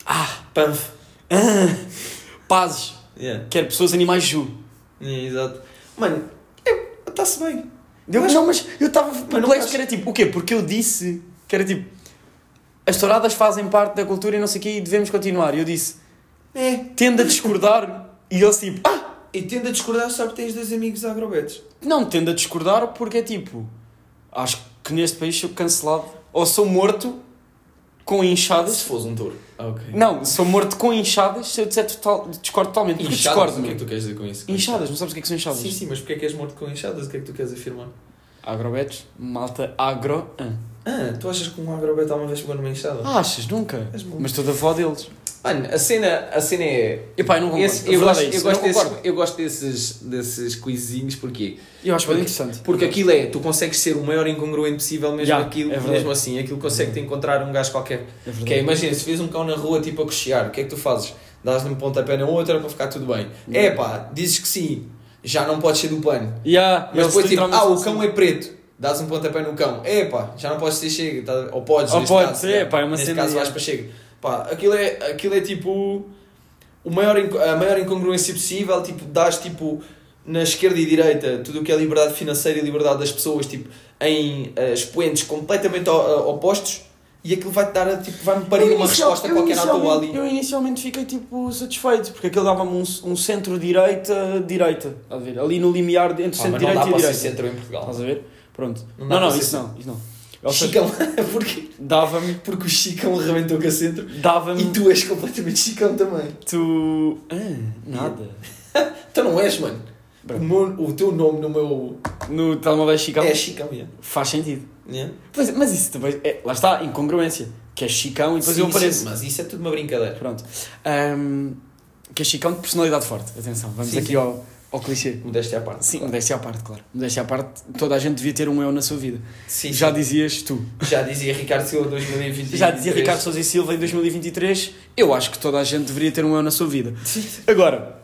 Speaker 4: Ah! Panf.
Speaker 2: Pazes.
Speaker 4: Yeah.
Speaker 2: Quer pessoas, animais, ju.
Speaker 4: Yeah, exato. Mano, está-se bem.
Speaker 2: Deu, mas, não, mas eu estava perplexo
Speaker 4: faz-
Speaker 2: que era tipo, o quê? Porque eu disse que era tipo, as touradas fazem parte da cultura e não sei o quê e devemos continuar. E eu disse,
Speaker 4: É.
Speaker 2: tende a discordar. E eles tipo, ah,
Speaker 4: E tendo a discordar só porque tens dois amigos agrobetes.
Speaker 2: não tendo a discordar porque é tipo, acho que neste país sou cancelado ou sou morto com
Speaker 4: Se
Speaker 2: inchadas.
Speaker 4: fosse um touro. Ok.
Speaker 2: Não, sou morto com inchadas se eu disser total, discordo totalmente. Porque
Speaker 4: Inchadas,
Speaker 2: discordo,
Speaker 4: o que é que
Speaker 2: meu.
Speaker 4: tu queres dizer com isso?
Speaker 2: Inchadas, não sabes o que é que são inchadas?
Speaker 4: Sim, sim, mas porque é que és morto com inchadas? O que é que tu queres afirmar?
Speaker 2: Agrobetes, malta agro. ah.
Speaker 4: Ah, tu achas que um agrobete alguma vez pegou numa inchada?
Speaker 2: Ah, achas? Nunca.
Speaker 4: És bom.
Speaker 2: Mas estou da avó deles.
Speaker 4: Mano, a cena, a cena é.
Speaker 2: Epá, eu não concordo.
Speaker 4: Esse-
Speaker 2: A
Speaker 4: eu,
Speaker 2: verdade
Speaker 4: gosto,
Speaker 2: é isso, eu não
Speaker 4: eu, gosto desses-
Speaker 2: concordo.
Speaker 4: eu gosto desses, desses coisinhos, porquê?
Speaker 2: Eu acho bem interessante.
Speaker 4: Porque aquilo é, tu consegues ser o maior incongruente possível, mesmo,
Speaker 2: Já,
Speaker 4: aquilo,
Speaker 2: é verdade. Uhum.
Speaker 4: mesmo assim. Aquilo consegue-te encontrar um gajo qualquer.
Speaker 2: É verdade.
Speaker 4: Que é, imagina, se vês um cão na rua tipo a cochear, o que é que tu fazes? Dás-lhe um pontapé na outra para ficar tudo bem. É pá, dizes que sim, já não podes ser do pano.
Speaker 2: Yeah,
Speaker 4: Mas
Speaker 2: eles
Speaker 4: depois tipo,
Speaker 2: literalmente
Speaker 4: ah, o
Speaker 2: são
Speaker 4: cão
Speaker 2: assim.
Speaker 4: é preto. Dás um pontapé no cão. É pá, já não podes ser chega. tá- Ou podes,
Speaker 2: Ou
Speaker 4: neste
Speaker 2: podes,
Speaker 4: caso.
Speaker 2: é,
Speaker 4: né?
Speaker 2: pá, é uma
Speaker 4: neste
Speaker 2: cena,
Speaker 4: caso
Speaker 2: é.
Speaker 4: vais para chega. Pá, aquilo é, aquilo é tipo... O maior, inco- a maior incongruência possível, tipo, dás tipo na esquerda e direita tudo o que é liberdade financeira e liberdade das pessoas, tipo, em eh, expoentes completamente o- eh, opostos e aquilo vai-te dar, tipo, vai-me parir
Speaker 2: Eu
Speaker 4: uma
Speaker 2: inicial-
Speaker 4: resposta
Speaker 2: eu
Speaker 4: qualquer à tua
Speaker 2: inicialmente-
Speaker 4: ali.
Speaker 2: Eu inicialmente fiquei tipo satisfeito, porque aquilo dava-me um, um centro-direita, direita, estás a ver? Ali no limiar de- entre
Speaker 4: Pá, Ah, mas não
Speaker 2: centro-direita
Speaker 4: dá
Speaker 2: e
Speaker 4: para ser
Speaker 2: direita.
Speaker 4: centro em Portugal.
Speaker 2: Estás a ver? Pronto.
Speaker 4: Não
Speaker 2: Não,
Speaker 4: dá
Speaker 2: não,
Speaker 4: para ser
Speaker 2: isso não, isso não. Ou seja,
Speaker 4: Chicão, porquê?
Speaker 2: dava-me,
Speaker 4: Porque o Chicão arrebentou com a centro e
Speaker 2: dava-me,
Speaker 4: tu és completamente Chicão também.
Speaker 2: tu... Ah, nada.
Speaker 4: Tu não és, mano. O,
Speaker 2: Branco.
Speaker 4: meu- o teu nome no meu.
Speaker 2: No telemóvel Chicão,
Speaker 4: É Chicão, yeah.
Speaker 2: faz sentido.
Speaker 4: Yeah.
Speaker 2: Pois, mas isso também, é, lá está, incongruência, que é Chicão e depois
Speaker 4: Sim,
Speaker 2: eu
Speaker 4: isso-
Speaker 2: apareço.
Speaker 4: Mas isso é tudo uma brincadeira.
Speaker 2: Pronto. Ahm, que é Chicão de personalidade forte. Atenção, vamos
Speaker 4: Sim,
Speaker 2: aqui
Speaker 4: sim.
Speaker 2: Ao, ao clichê.
Speaker 4: Modéstia à parte.
Speaker 2: Sim,
Speaker 4: claro.
Speaker 2: modéstia à parte, claro. Modéstia à parte, toda a gente devia ter um eu na sua vida.
Speaker 4: Sim,
Speaker 2: Já
Speaker 4: sim.
Speaker 2: dizias tu.
Speaker 4: Já dizia Ricardo Silva 2023.
Speaker 2: Já dizia Ricardo Sousa e Silva em 2023, eu acho que toda a gente deveria ter um eu na sua vida. Agora,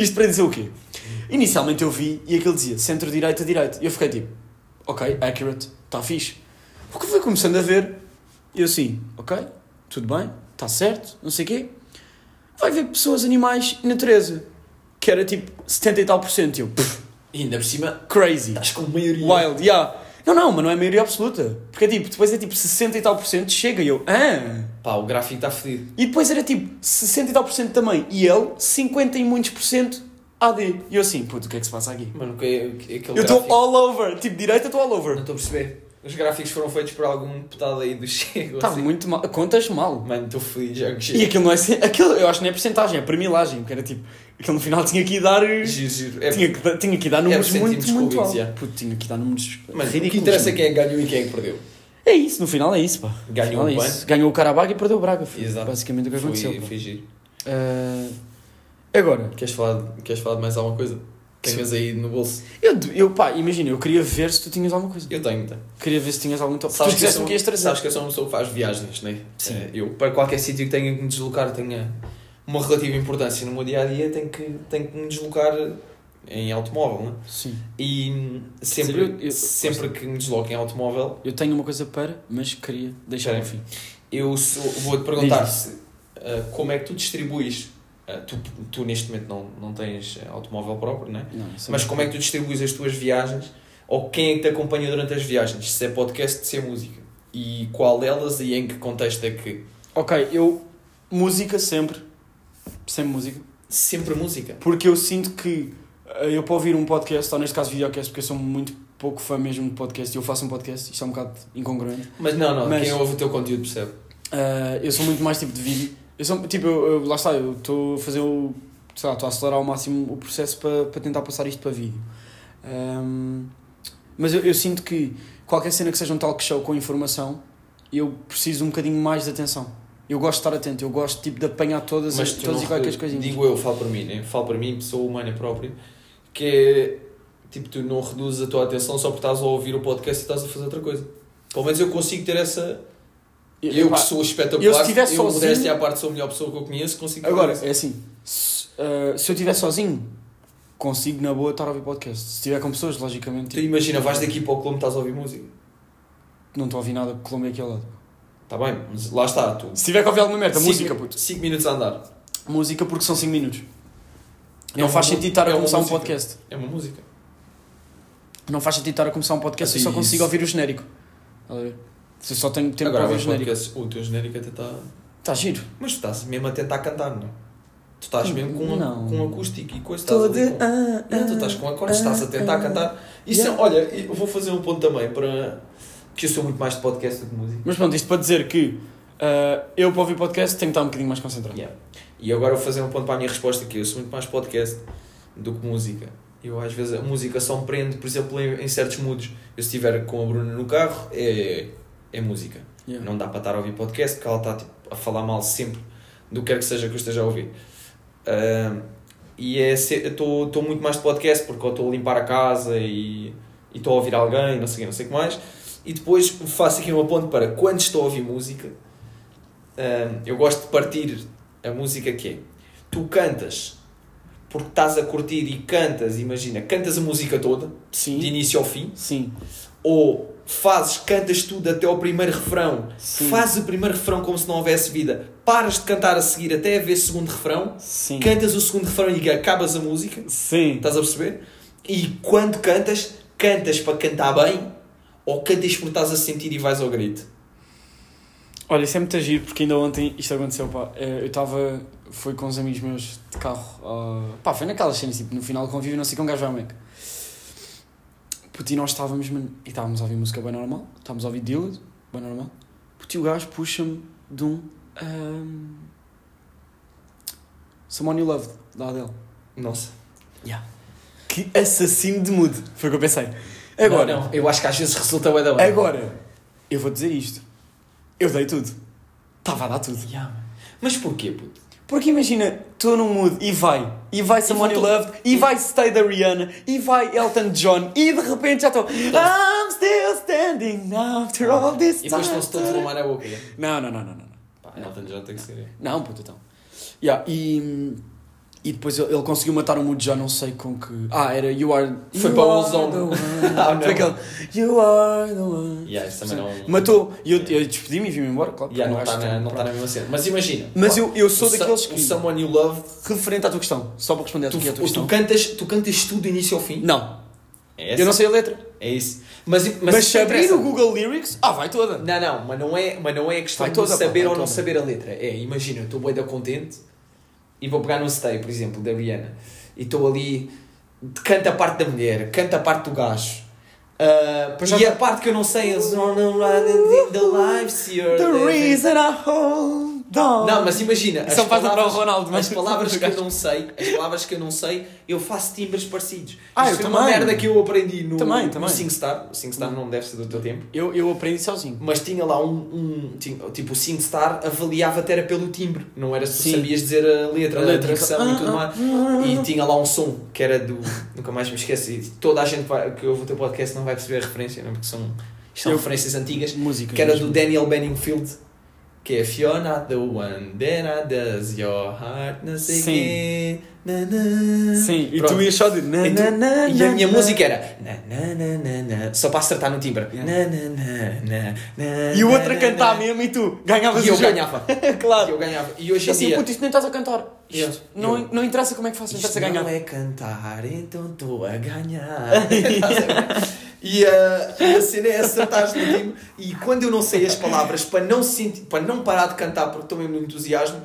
Speaker 2: isto para dizer o quê? Inicialmente eu vi e aquilo dizia centro-direita, direita. E eu fiquei tipo, ok, accurate, está fixe. O que foi começando a ver, eu assim, ok, tudo bem, está certo, não sei o quê. Vai ver pessoas, animais e natureza. Que era tipo 70 e tal por cento. e Eu, pff,
Speaker 4: E ainda por cima,
Speaker 2: crazy.
Speaker 4: estás com maioria.
Speaker 2: Wild, yeah. Não, não, mas não é maioria absoluta. Porque é tipo, depois é tipo 60 e tal por cento, chega e eu, ah.
Speaker 4: Pá, o gráfico tá está fedido.
Speaker 2: E depois era tipo 60 e tal por cento também. E ele, 50 e muitos por cento AD. E eu assim, puto, o que é que se passa aqui?
Speaker 4: Mano, o que é, o que é aquele
Speaker 2: Eu estou
Speaker 4: gráfico?
Speaker 2: all over. Tipo, direita, estou all
Speaker 4: Não
Speaker 2: over.
Speaker 4: estou a perceber. Os gráficos foram feitos por algum deputado aí do Chego.
Speaker 2: Está
Speaker 4: assim.
Speaker 2: Tá muito mal. Contas mal.
Speaker 4: Mano, estou fodido já que
Speaker 2: E
Speaker 4: giro.
Speaker 2: aquilo não é. cen- Aquilo, eu acho que não é porcentagem, é premilagem. Porque era tipo, aquilo no final tinha que dar.
Speaker 4: Giro, giro. É-
Speaker 2: Tinha que, dar- tinha que dar números
Speaker 4: centímetros
Speaker 2: muito, muito
Speaker 4: cúbicos,
Speaker 2: altos.
Speaker 4: yeah.
Speaker 2: Puto, tinha que dar números
Speaker 4: Mano, o que
Speaker 2: ridículos,
Speaker 4: interessa é
Speaker 2: mano.
Speaker 4: quem é que ganhou e quem é que perdeu.
Speaker 2: É isso, no final é isso, pá. No
Speaker 4: Ganhou
Speaker 2: final
Speaker 4: o
Speaker 2: é isso. Ganhou o Carabaga e perdeu o Braga. Foi
Speaker 4: Exato.
Speaker 2: basicamente o que aconteceu.
Speaker 4: Foi,
Speaker 2: pá.
Speaker 4: foi giro.
Speaker 2: Ah, agora,
Speaker 4: Queres falar, de- queres falar de mais alguma coisa? Tenhas aí no bolso.
Speaker 2: eu, eu pá, imagina, eu queria ver se tu tinhas alguma coisa.
Speaker 4: Eu tenho, então.
Speaker 2: Queria ver se tinhas algum top.
Speaker 4: Sabes
Speaker 2: tu
Speaker 4: que eu
Speaker 2: disseste
Speaker 4: sou-
Speaker 2: o que ias trazer.
Speaker 4: Sabes que eu sou uma pessoa que faz viagens, né?
Speaker 2: Sim.
Speaker 4: Eh, Eu, para qualquer sítio que tenha que me deslocar, tenha uma relativa importância no meu dia a dia, tenho que, tenho que me deslocar em automóvel, né?
Speaker 2: Sim.
Speaker 4: E
Speaker 2: Quer dizer,
Speaker 4: sempre,
Speaker 2: eu- eu-
Speaker 4: sempre que me desloco em automóvel,
Speaker 2: Eu tenho uma coisa para, mas queria deixar
Speaker 4: Espera
Speaker 2: no fim.
Speaker 4: eu sou- vou-te perguntar
Speaker 2: Diz.
Speaker 4: se, eh, como é que tu distribuis. eh, tu, tu, neste momento, não, não tens eh, automóvel próprio, né?
Speaker 2: Não, isso
Speaker 4: Mas como é que tu distribuis as tuas viagens? Ou quem é que te acompanha durante as viagens? Se é podcast, se é música? E qual delas e em que contexto é que
Speaker 2: Ok, eu. Música sempre. Sempre música.
Speaker 4: Sempre música.
Speaker 2: Porque eu sinto que eh, eu para ouvir um podcast, ou neste caso videocast, porque eu sou muito pouco fã mesmo de podcast e eu faço um podcast, isto é um bocado incongruente.
Speaker 4: Mas não, não,
Speaker 2: Mas-
Speaker 4: quem ouve o teu conteúdo percebe.
Speaker 2: Ah, eu sou muito mais tipo de vídeo. Eu sou, tipo, eu, eu- lá está, eu estou a fazer o. Sei lá, estou a acelerar ao máximo o processo para, para tentar passar isto para vídeo. Ahm, mas eu, eu sinto que qualquer cena que seja um talk show com informação, eu preciso um bocadinho mais de atenção. Eu gosto de estar atento, eu gosto tipo, de apanhar todas, as,
Speaker 4: tu
Speaker 2: todas
Speaker 4: não-
Speaker 2: e qualquer coisinha.
Speaker 4: Digo eu, falo para mim, né? falo para mim, pessoa humana própria, que é tipo, tu não reduzes a tua atenção só porque estás a ouvir o podcast e estás a fazer outra coisa. Pelo menos eu consigo ter essa. Eu, que sou espetacular,
Speaker 2: eu se estiver
Speaker 4: eu
Speaker 2: sozinho-
Speaker 4: modéstia à parte sou a melhor pessoa que eu conheço, consigo
Speaker 2: Agora,
Speaker 4: fazer
Speaker 2: é assim, se, ah, se eu estiver sozinho, consigo na boa estar a ouvir podcast. Se estiver com pessoas, logicamente,
Speaker 4: isso. Tu
Speaker 2: tipo,
Speaker 4: imagina, vais daqui para o Colombo estás a ouvir música.
Speaker 2: não estou a ouvir nada que Colômbia aqui ao lado.
Speaker 4: Está Tá bem, mas lá está, tu.
Speaker 2: Se tiver que ouvir alguma merda,
Speaker 4: Cinco-
Speaker 2: música, puto.
Speaker 4: cinco minutos a andar.
Speaker 2: é Música porque são 5 minutos.
Speaker 4: É
Speaker 2: não
Speaker 4: uma
Speaker 2: faz
Speaker 4: mu-
Speaker 2: sentido estar
Speaker 4: é
Speaker 2: a
Speaker 4: uma
Speaker 2: começar um
Speaker 4: música.
Speaker 2: podcast.
Speaker 4: É uma música.
Speaker 2: Não faz sentido estar a começar um podcast se eu só
Speaker 4: Assim,
Speaker 2: consigo
Speaker 4: isso.
Speaker 2: ouvir o genérico. Estás a ver? Se eu só tenho tempo
Speaker 4: Agora,
Speaker 2: para ouvir o
Speaker 4: mas
Speaker 2: genérico.
Speaker 4: podcast- o teu genérico até está.
Speaker 2: Está giro.
Speaker 4: Mas tu estás mesmo tá a tentar cantar, não? é? Tu estás mesmo com,
Speaker 2: Não.
Speaker 4: com um acústico e coisa. Estás
Speaker 2: Estou de.
Speaker 4: ali com...
Speaker 2: ah, ah,
Speaker 4: Não, tu estás com acordes, estás a tentar
Speaker 2: ah.
Speaker 4: cantar. Isso
Speaker 2: Yeah.
Speaker 4: é, olha, eu vou fazer um ponto também para. Que eu sou muito mais de podcast do que de música.
Speaker 2: Mas pronto, isto para dizer que ah, eu para ouvir podcast tenho que estar um bocadinho mais concentrado.
Speaker 4: Yeah. E agora vou fazer um ponto para a minha resposta aqui. Eu sou muito mais podcast do que música. Eu às vezes a música só me prende, por exemplo, em, em certos moods. Eu se estiver com a Bruna no carro, é, é música.
Speaker 2: Yeah.
Speaker 4: Não dá para estar a ouvir podcast porque ela está tipo, a falar mal sempre do que quer que seja que eu esteja a ouvir. Ahm, e é se- eu estou estou muito mais de podcast porque eu estou a limpar a casa e e estou a ouvir alguém, não sei o quê, não sei o que mais. E depois faço aqui um aponto para quando estou a ouvir música, ahm, eu gosto de partir a música que é. Tu cantas porque estás a curtir e cantas, imagina, cantas a música toda,
Speaker 2: Sim.
Speaker 4: de início ao fim,
Speaker 2: Sim.
Speaker 4: ou fazes, cantas tudo até ao primeiro refrão,
Speaker 2: Sim.
Speaker 4: fazes o primeiro refrão como se não houvesse vida, paras de cantar a seguir até haver segundo refrão,
Speaker 2: Sim.
Speaker 4: cantas o segundo refrão e acabas a música,
Speaker 2: Sim.
Speaker 4: estás a perceber? E quando cantas, cantas para cantar bem, ou cantas porque estás a sentir e vais ao grito.
Speaker 2: Olha, isso é muito giro porque ainda ontem isto aconteceu, pá. Eh, Eu estava. Foi com uns amigos meus de carro. ah, Pá, foi naquelas cenas, tipo, no final do convívio, não sei que um gajo vai ao Mac. Puti, nós estávamos, mano, e estávamos a ouvir música bem normal. Estávamos a ouvir Dillard, bem normal. Puti, o gajo puxa-me de um. ahm, Someone You Loved, da Adele.
Speaker 4: Nossa.
Speaker 2: Que assassino de mood, foi o que eu pensei. É Agora.
Speaker 4: Não, não, eu acho que às vezes resulta bué da bem.
Speaker 2: Agora, eu vou dizer isto. Eu dei tudo. Estava a dar tudo.
Speaker 4: Mas porquê, puto?
Speaker 2: Porque imagina, estou num mood e vai, e vai Someone You
Speaker 4: voltou.
Speaker 2: Loved, e vai Stay da Rihanna, e vai Elton John, e de repente já estou I'm still standing after all this
Speaker 4: Ah, E
Speaker 2: time.
Speaker 4: depois estão-se todos a mamar a boca. yeah.
Speaker 2: Não, não, não, não, não. não.
Speaker 4: Pá, Elton John tem que ser.
Speaker 2: Não, puto, então. Yeah, e, e depois ele, ele conseguiu matar o mood já não sei com que. Ah, era You Are.
Speaker 4: Foi
Speaker 2: You
Speaker 4: para o
Speaker 2: are
Speaker 4: Ozone.
Speaker 2: the one.
Speaker 4: Ah, não.
Speaker 2: Foi aquele You Are the One.
Speaker 4: Yeah, isso também não-
Speaker 2: Matou. E eu, eu despedi-me e vim-me embora, claro.
Speaker 4: Yeah, não
Speaker 2: porque
Speaker 4: está
Speaker 2: acho
Speaker 4: na,
Speaker 2: que- é um
Speaker 4: não tá na mesma cena. Mas imagina.
Speaker 2: Mas
Speaker 4: pá,
Speaker 2: eu, eu sou
Speaker 4: o
Speaker 2: daqueles
Speaker 4: so-
Speaker 2: que.
Speaker 4: O Someone You Loved.
Speaker 2: Referente à tua questão, só para responder à
Speaker 4: Tu,
Speaker 2: é tua, à tua
Speaker 4: tu,
Speaker 2: questão.
Speaker 4: cantas, tu cantas tudo do início ao fim.
Speaker 2: Não,
Speaker 4: É
Speaker 2: eu não sei a letra.
Speaker 4: É isso. Mas, mas,
Speaker 2: Mas,
Speaker 4: isso
Speaker 2: se
Speaker 4: não
Speaker 2: abrir
Speaker 4: interessa.
Speaker 2: o Google Lyrics, ah, vai toda.
Speaker 4: Não, não, mas não é, mas não é a questão
Speaker 2: Vai
Speaker 4: de
Speaker 2: toda, pá,
Speaker 4: saber
Speaker 2: vai
Speaker 4: ou não
Speaker 2: toda.
Speaker 4: saber a letra. É, imagina, eu estou bué da contente e vou pegar num stay, por exemplo, da Rihanna. E estou ali, canta a parte da mulher, canta a parte do gajo. Ah,
Speaker 2: Pois
Speaker 4: e
Speaker 2: já tá.
Speaker 4: a parte que eu não sei é "Zorn around in The lives here.
Speaker 2: The reason I hold on.
Speaker 4: Não, mas imagina,
Speaker 2: Isso é não faz para o Ronaldo, mas-
Speaker 4: as palavras que eu não sei, as palavras que eu não sei, eu faço timbres parecidos.
Speaker 2: Ah,
Speaker 4: Isto
Speaker 2: eu
Speaker 4: foi uma
Speaker 2: também.
Speaker 4: merda que eu aprendi no,
Speaker 2: Também,
Speaker 4: no
Speaker 2: também.
Speaker 4: SingStar. O SingStar não deve ser do teu tempo.
Speaker 2: Eu, eu aprendi sozinho.
Speaker 4: Mas tinha lá um. um tinha- tipo, o SingStar avaliava-te era pelo timbre, não era se tu
Speaker 2: Sim.
Speaker 4: sabias dizer a letra, a,
Speaker 2: A letra.
Speaker 4: dicção e
Speaker 2: Ah,
Speaker 4: tudo
Speaker 2: ah,
Speaker 4: mais. E tinha lá um som que era do. Nunca mais me esqueço. E toda a gente vai- que ouve o teu podcast não vai perceber a referência, não? é? porque são, isto são
Speaker 2: Eu-
Speaker 4: referências antigas.
Speaker 2: Música.
Speaker 4: Que era do Daniel Benningfield. Que é If you're not the one, then I does your heart, não sei
Speaker 2: Sim.
Speaker 4: quê. Na, na.
Speaker 2: Sim, e
Speaker 4: Pronto.
Speaker 2: tu ias só de.
Speaker 4: E, tu-
Speaker 2: na,
Speaker 4: e a minha
Speaker 2: na,
Speaker 4: música era na, na, na, na, na, só para acertar no timbre.
Speaker 2: Yeah.
Speaker 4: Na, na, na, na, na,
Speaker 2: E o outro
Speaker 4: na,
Speaker 2: a
Speaker 4: na,
Speaker 2: cantar
Speaker 4: na.
Speaker 2: mesmo e tu ganhavas
Speaker 4: E
Speaker 2: o
Speaker 4: eu
Speaker 2: jogo.
Speaker 4: ganhava. E
Speaker 2: claro.
Speaker 4: eu ganhava. E hoje em
Speaker 2: assim,
Speaker 4: dia.
Speaker 2: puto, isto nem estás a cantar. Isto
Speaker 4: Yeah.
Speaker 2: não,
Speaker 4: Eu-
Speaker 2: não interessa como é que faço, não
Speaker 4: Isto
Speaker 2: interessa
Speaker 4: não
Speaker 2: ganhar.
Speaker 4: é cantar, então estou a ganhar. Estás a ver? e uh, a cena é acertares no time. E quando eu não sei as palavras, para não, sentir, para não parar de cantar porque estou mesmo no entusiasmo,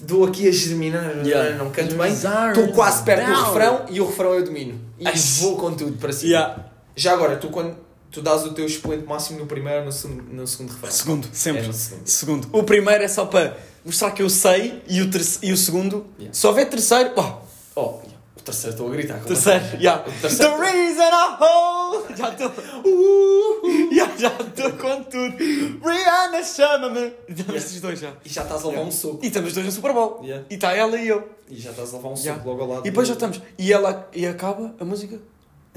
Speaker 4: dou aqui a germinar,
Speaker 2: Yeah.
Speaker 4: não canto bem. Estou quase perto do refrão e o refrão eu domino. E
Speaker 2: Ai.
Speaker 4: vou com tudo para cima.
Speaker 2: Yeah.
Speaker 4: Já agora, tu quando tu dás o teu expoente máximo no primeiro ou no segundo, no segundo refrão?
Speaker 2: Segundo, sempre.
Speaker 4: É no segundo.
Speaker 2: Segundo. O primeiro é só para mostrar que eu sei e o, terce- e o segundo.
Speaker 4: Yeah.
Speaker 2: Se houver terceiro, pá,
Speaker 4: Oh, o terceiro estou a gritar.
Speaker 2: é?
Speaker 4: é
Speaker 2: terceiro, yeah.
Speaker 4: terceiro.
Speaker 2: The reason I hold. Já estou. Uh, yeah, já estou com tudo. Rihanna chama-me. Já estes dois já.
Speaker 4: E já estás a levar um soco.
Speaker 2: E estamos os dois no Super Bowl.
Speaker 4: Yeah.
Speaker 2: E está ela e eu.
Speaker 4: E já estás a levar um soco
Speaker 2: Yeah.
Speaker 4: logo ao lado.
Speaker 2: E depois já estamos. E ela e acaba a música.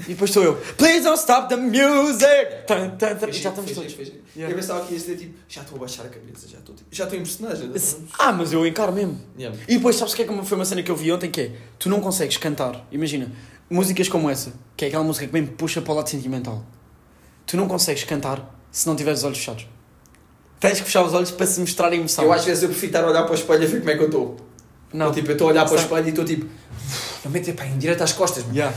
Speaker 2: E depois estou eu. Please don't stop the music! Tan, tan, tan.
Speaker 4: Foi
Speaker 2: E
Speaker 4: giro,
Speaker 2: já estamos
Speaker 4: foi
Speaker 2: todos.
Speaker 4: giro, foi giro.
Speaker 2: Yeah.
Speaker 4: Eu pensava que ias dizer tipo, já estou a baixar a cabeça, já estou tipo, já estou em personagem. já estou-
Speaker 2: Ah, mas eu encaro mesmo.
Speaker 4: Yeah.
Speaker 2: E depois sabes o que é que foi uma cena que eu vi ontem que é tu não consegues cantar, imagina, músicas como essa, que é aquela música que mesmo puxa para o lado sentimental. Tu não consegues cantar se não tiveres os olhos fechados. Tens que fechar os olhos para se mostrar a emoção.
Speaker 4: Eu às vezes eu prefiro estar a olhar para o espelho e ver como é que eu estou.
Speaker 2: um. não.
Speaker 4: Eu, tipo, eu estou a olhar para o
Speaker 2: Sabe-
Speaker 4: espelho e estou tipo, não mete pá, em direto às costas, mano.
Speaker 2: Yeah.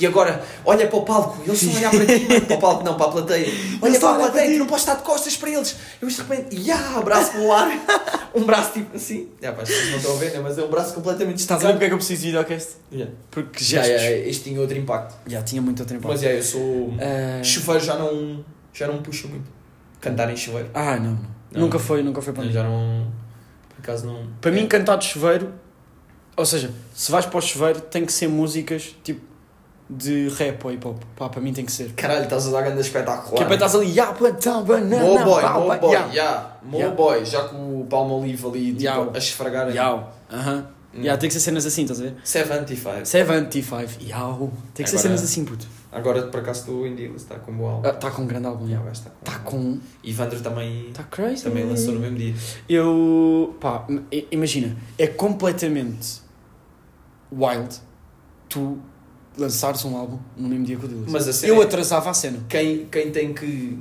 Speaker 4: E agora, olha para o palco, eles estão a olhar para ti, mano. para o palco não, para a plateia. Olha
Speaker 2: Eles
Speaker 4: para
Speaker 2: estão
Speaker 4: a
Speaker 2: a olhar para
Speaker 4: plateia,
Speaker 2: ti.
Speaker 4: tu não podes estar de costas para eles. Eu de repente, yeah, braço para o ar, um braço tipo assim. Yeah, pá, as pessoas não estão a ver, né? mas é um braço completamente
Speaker 2: Estás a ver
Speaker 4: esticado.
Speaker 2: porque é que eu preciso de videocast?
Speaker 4: Yeah.
Speaker 2: Porque
Speaker 4: Já,
Speaker 2: gestos.
Speaker 4: yeah, yeah, este tinha outro impacto.
Speaker 2: Já, tinha muito tempo.
Speaker 4: Mas é, eu sou.
Speaker 2: Ah,
Speaker 4: Chuveiro já não, já não puxa muito. Cantar em chuveiro.
Speaker 2: Ah, não, não.
Speaker 4: Não.
Speaker 2: Nunca foi, nunca foi para mim.
Speaker 4: já não. Por acaso não.
Speaker 2: Para É. mim, cantar de chuveiro, ou seja, se vais para o chuveiro, tem que ser músicas tipo de rap ou hip hop. Pá, para mim tem que ser.
Speaker 4: Caralho, estás a dar grande espetáculo.
Speaker 2: Que é para estás ali, yeah, plantão, banana,
Speaker 4: Mo boy,
Speaker 2: pau,
Speaker 4: mo
Speaker 2: pá,
Speaker 4: boy,
Speaker 2: yeah.
Speaker 4: yeah. Mo
Speaker 2: Yeah.
Speaker 4: boy, já com o palmo olive ali tipo,
Speaker 2: Yeah.
Speaker 4: a esfregar.
Speaker 2: Yau. Aham.
Speaker 4: Hum. é
Speaker 2: Yau, tem que ser cenas assim, estás a ver?
Speaker 4: 75.
Speaker 2: 75, yau. Tem que ser
Speaker 4: Agora-
Speaker 2: cenas assim, puto.
Speaker 4: Agora por acaso estou em deal, está com boa álbum.
Speaker 2: Está com um grande álbum,
Speaker 4: Yeah,
Speaker 2: yau.
Speaker 4: o gajo está com.
Speaker 2: Está Tá com. Tá
Speaker 4: Ivandro também,
Speaker 2: Está crazy.
Speaker 4: também lançou no mesmo dia.
Speaker 2: Eu. pá, i- imagina, é completamente wild tu lançares um álbum no mesmo dia que o Dillas.
Speaker 4: Mas a cena
Speaker 2: Eu
Speaker 4: é-
Speaker 2: atrasava a cena.
Speaker 4: Quem, quem tem que.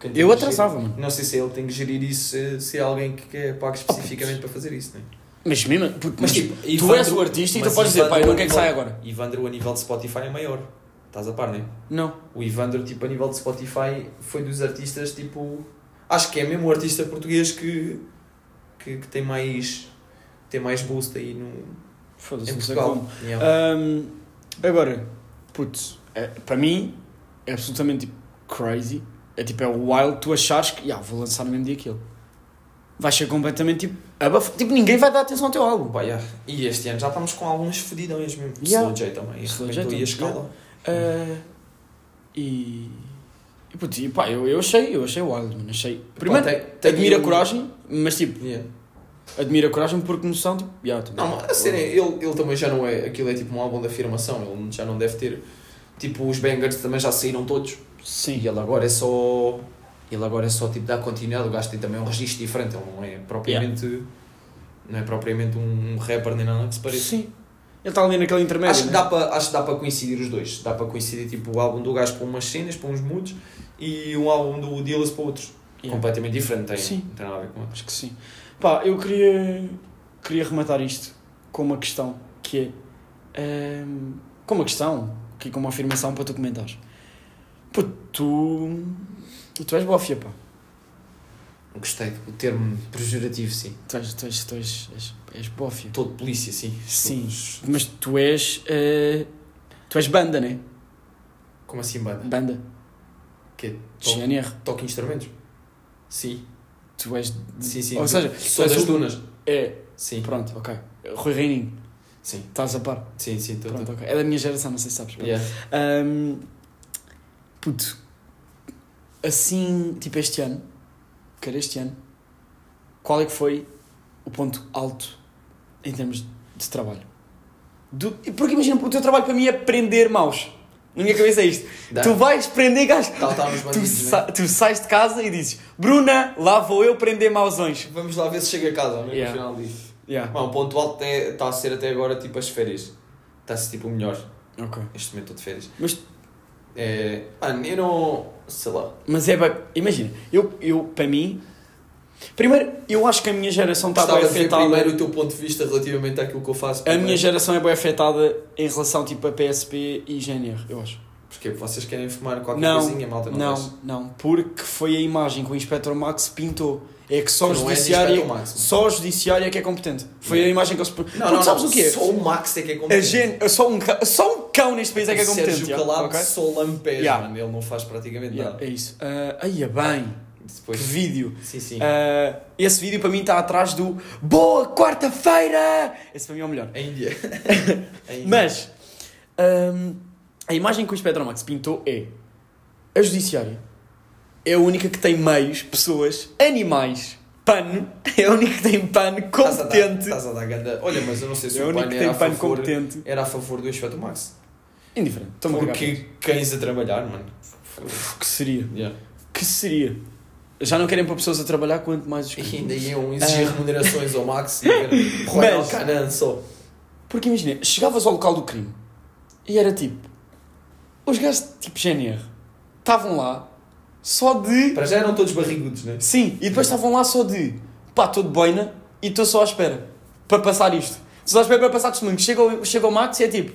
Speaker 4: quem tem
Speaker 2: Eu
Speaker 4: que
Speaker 2: atrasava, Ah,
Speaker 4: gerir-
Speaker 2: mano.
Speaker 4: Não sei se ele tem que gerir isso, se- se é alguém que é pago especificamente para fazer isso, né?
Speaker 2: Mas mesmo, puto,
Speaker 4: Mas
Speaker 2: mas,
Speaker 4: tipo,
Speaker 2: tu
Speaker 4: Ivandro-
Speaker 2: és o artista e
Speaker 4: mas
Speaker 2: tu podes dizer, pá, eu
Speaker 4: Ivandro
Speaker 2: não quero que saia agora.
Speaker 4: Ivandro a nível de Spotify é maior. Estás a par, não é?
Speaker 2: Não.
Speaker 4: O Ivandro, tipo, a nível de Spotify, foi dos artistas, tipo... Acho que é mesmo o artista português que, que, que tem mais... Tem mais boost aí no,
Speaker 2: Foda-se,
Speaker 4: em
Speaker 2: não sei
Speaker 4: Portugal. Ah,
Speaker 2: como.
Speaker 4: Yeah.
Speaker 2: Ahm, agora, putz, é, para mim é absolutamente tipo, crazy. É tipo, é wild tu achares que, "Ya, vou lançar no mesmo dia aquilo. Vais ser completamente tipo, abaf... tipo, ninguém vai dar atenção ao teu álbum.
Speaker 4: Pá, yeah. E este ano já estamos com alguns fodidões mesmo.
Speaker 2: Yeah.
Speaker 4: Slow J também.
Speaker 2: Slow
Speaker 4: Slow
Speaker 2: J
Speaker 4: J a
Speaker 2: também,
Speaker 4: escala.
Speaker 2: Ah, e. E putz, e pá, eu, eu achei, eu achei wild, mano. Achei. Primeiro,
Speaker 4: tem- tem
Speaker 2: admiro
Speaker 4: um-
Speaker 2: a coragem, mas tipo,
Speaker 4: Yeah.
Speaker 2: admiro a coragem porque noção, tipo, yeah, também.
Speaker 4: Não, mas a cena é, ele, ele também já não é. Aquilo é tipo um álbum de afirmação, ele já não deve ter. Tipo, os bangers também já saíram todos.
Speaker 2: Sim.
Speaker 4: E ele agora é só. Ele agora é só tipo dar continuidade. O gajo tem também um registro diferente, ele não é propriamente. Não é propriamente um rapper nem nada que se pareça.
Speaker 2: Sim. Ele está ali naquele intermédio.
Speaker 4: Acho que,
Speaker 2: né?
Speaker 4: dá para, acho que dá para coincidir os dois. Dá para coincidir tipo, o álbum do gajo para umas cenas, para uns moods, e um álbum do Dillas para outros.
Speaker 2: Yeah.
Speaker 4: Completamente diferente, tem,
Speaker 2: Sim.
Speaker 4: não tem nada a ver com outros.
Speaker 2: Acho que sim. Pá, eu queria, queria rematar isto com uma questão que é. ehm, com uma questão, que com uma afirmação para tu comentares. Pô, tu. Tu és bofia, pá.
Speaker 4: Gostei do termo pejorativo, sim.
Speaker 2: Tu és, tu és, tu és, és, és bófia.
Speaker 4: Todo polícia, sim.
Speaker 2: Sim, mas tu és. eh, tu és banda, né?
Speaker 4: Como assim, banda?
Speaker 2: Banda.
Speaker 4: Que
Speaker 2: De
Speaker 4: toque,
Speaker 2: GNR.
Speaker 4: toque instrumentos? Sim.
Speaker 2: Tu és.
Speaker 4: Sim, sim.
Speaker 2: Ou seja,
Speaker 4: sou
Speaker 2: tu és
Speaker 4: das
Speaker 2: o-
Speaker 4: dunas.
Speaker 2: É,
Speaker 4: Sim.
Speaker 2: pronto, ok. Rui Reininho,
Speaker 4: Sim.
Speaker 2: estás a par.
Speaker 4: Sim, sim. Tô,
Speaker 2: Pronto, ok. É da minha geração, não sei se sabes.
Speaker 4: tô. Yeah.
Speaker 2: Ahm, puto, assim, tipo este ano, cara, este ano, qual é que foi o ponto alto em termos de trabalho? Do- porque imagina, o teu trabalho para mim é prender maus. Na minha cabeça é isto.
Speaker 4: Dá.
Speaker 2: Tu vais prender gajos.
Speaker 4: Tá, tá, nos
Speaker 2: Tu,
Speaker 4: bandidos, Tá. né?
Speaker 2: sa- tu sais de casa e dizes, Bruna, lá vou eu prender mauzões.
Speaker 4: Vamos lá ver se chega a casa, né?
Speaker 2: Yeah.
Speaker 4: no final disso.
Speaker 2: Yeah.
Speaker 4: Bom, o ponto alto está a ser até agora tipo as férias. Está-se tipo o melhor.
Speaker 2: Ok.
Speaker 4: Neste momento estou de férias.
Speaker 2: Mas,
Speaker 4: É. Mano, eu não. Sei lá.
Speaker 2: mas é bem. Imagina, eu, eu para mim. Primeiro, eu acho que a minha geração está
Speaker 4: Gostava
Speaker 2: tá bem
Speaker 4: de ver
Speaker 2: afetada.
Speaker 4: primeiro o teu ponto de vista relativamente àquilo que eu faço.
Speaker 2: A
Speaker 4: primeiro.
Speaker 2: minha geração é bem afetada em relação tipo a PSP e GNR, eu acho.
Speaker 4: Porque vocês querem fumar qualquer
Speaker 2: Não,
Speaker 4: coisinha, malta, não,
Speaker 2: Não,
Speaker 4: deixa.
Speaker 2: não, porque foi a imagem que o Inspector Max pintou. É que só o
Speaker 4: Que não é
Speaker 2: judiciário,
Speaker 4: Inspector Max.
Speaker 2: só o judiciário é que é competente. Foi a imagem que eles. Não,
Speaker 4: Não, não,
Speaker 2: sabes
Speaker 4: não,
Speaker 2: o quê?
Speaker 4: Só o Max é que é
Speaker 2: A
Speaker 4: competente.
Speaker 2: gen... só, um cão, só um cão neste país é que é competente.
Speaker 4: Sérgio
Speaker 2: yeah,
Speaker 4: Calado
Speaker 2: ok?
Speaker 4: só lampeja,
Speaker 2: Yeah.
Speaker 4: mano. Ele não faz praticamente
Speaker 2: Yeah,
Speaker 4: nada.
Speaker 2: É isso. Ah, aí é bem.
Speaker 4: Depois...
Speaker 2: Que vídeo.
Speaker 4: Sim, sim.
Speaker 2: Ah, esse vídeo para mim está atrás do Boa Quarta-feira! Esse para mim é o melhor.
Speaker 4: A Índia. A Índia.
Speaker 2: Mas hum, a imagem que o Spectromax pintou é a judiciária é a única que tem meios, pessoas, animais, pano, é a única que tem pano
Speaker 4: Estás a dar-
Speaker 2: competente.
Speaker 4: Estás a dar ganda... Olha, mas eu não sei se
Speaker 2: É a
Speaker 4: o
Speaker 2: única
Speaker 4: pai
Speaker 2: que
Speaker 4: era Tá,
Speaker 2: tem
Speaker 4: a
Speaker 2: pano
Speaker 4: favor...
Speaker 2: competente.
Speaker 4: Era a favor do efeito Max.
Speaker 2: Indiferente, estou-me a cagar.
Speaker 4: Porque cães a trabalhar, mano.
Speaker 2: Uf, Que seria?
Speaker 4: Yeah.
Speaker 2: Que seria? Já não querem para pessoas a trabalhar, quanto mais os
Speaker 4: E ainda iam exigir remunerações ao Max e era Royal
Speaker 2: Mas-
Speaker 4: Canan só.
Speaker 2: Porque imagina, chegavas ao local do crime e era tipo. Os gajos tipo GNR estavam lá só de.
Speaker 4: Para já eram todos barrigudos, né?
Speaker 2: Sim, e depois estavam lá só de pá, estou de boina e estou só à espera para passar isto. Estou só à espera para passar testemunho. Chega, ao- chega o Max e é tipo,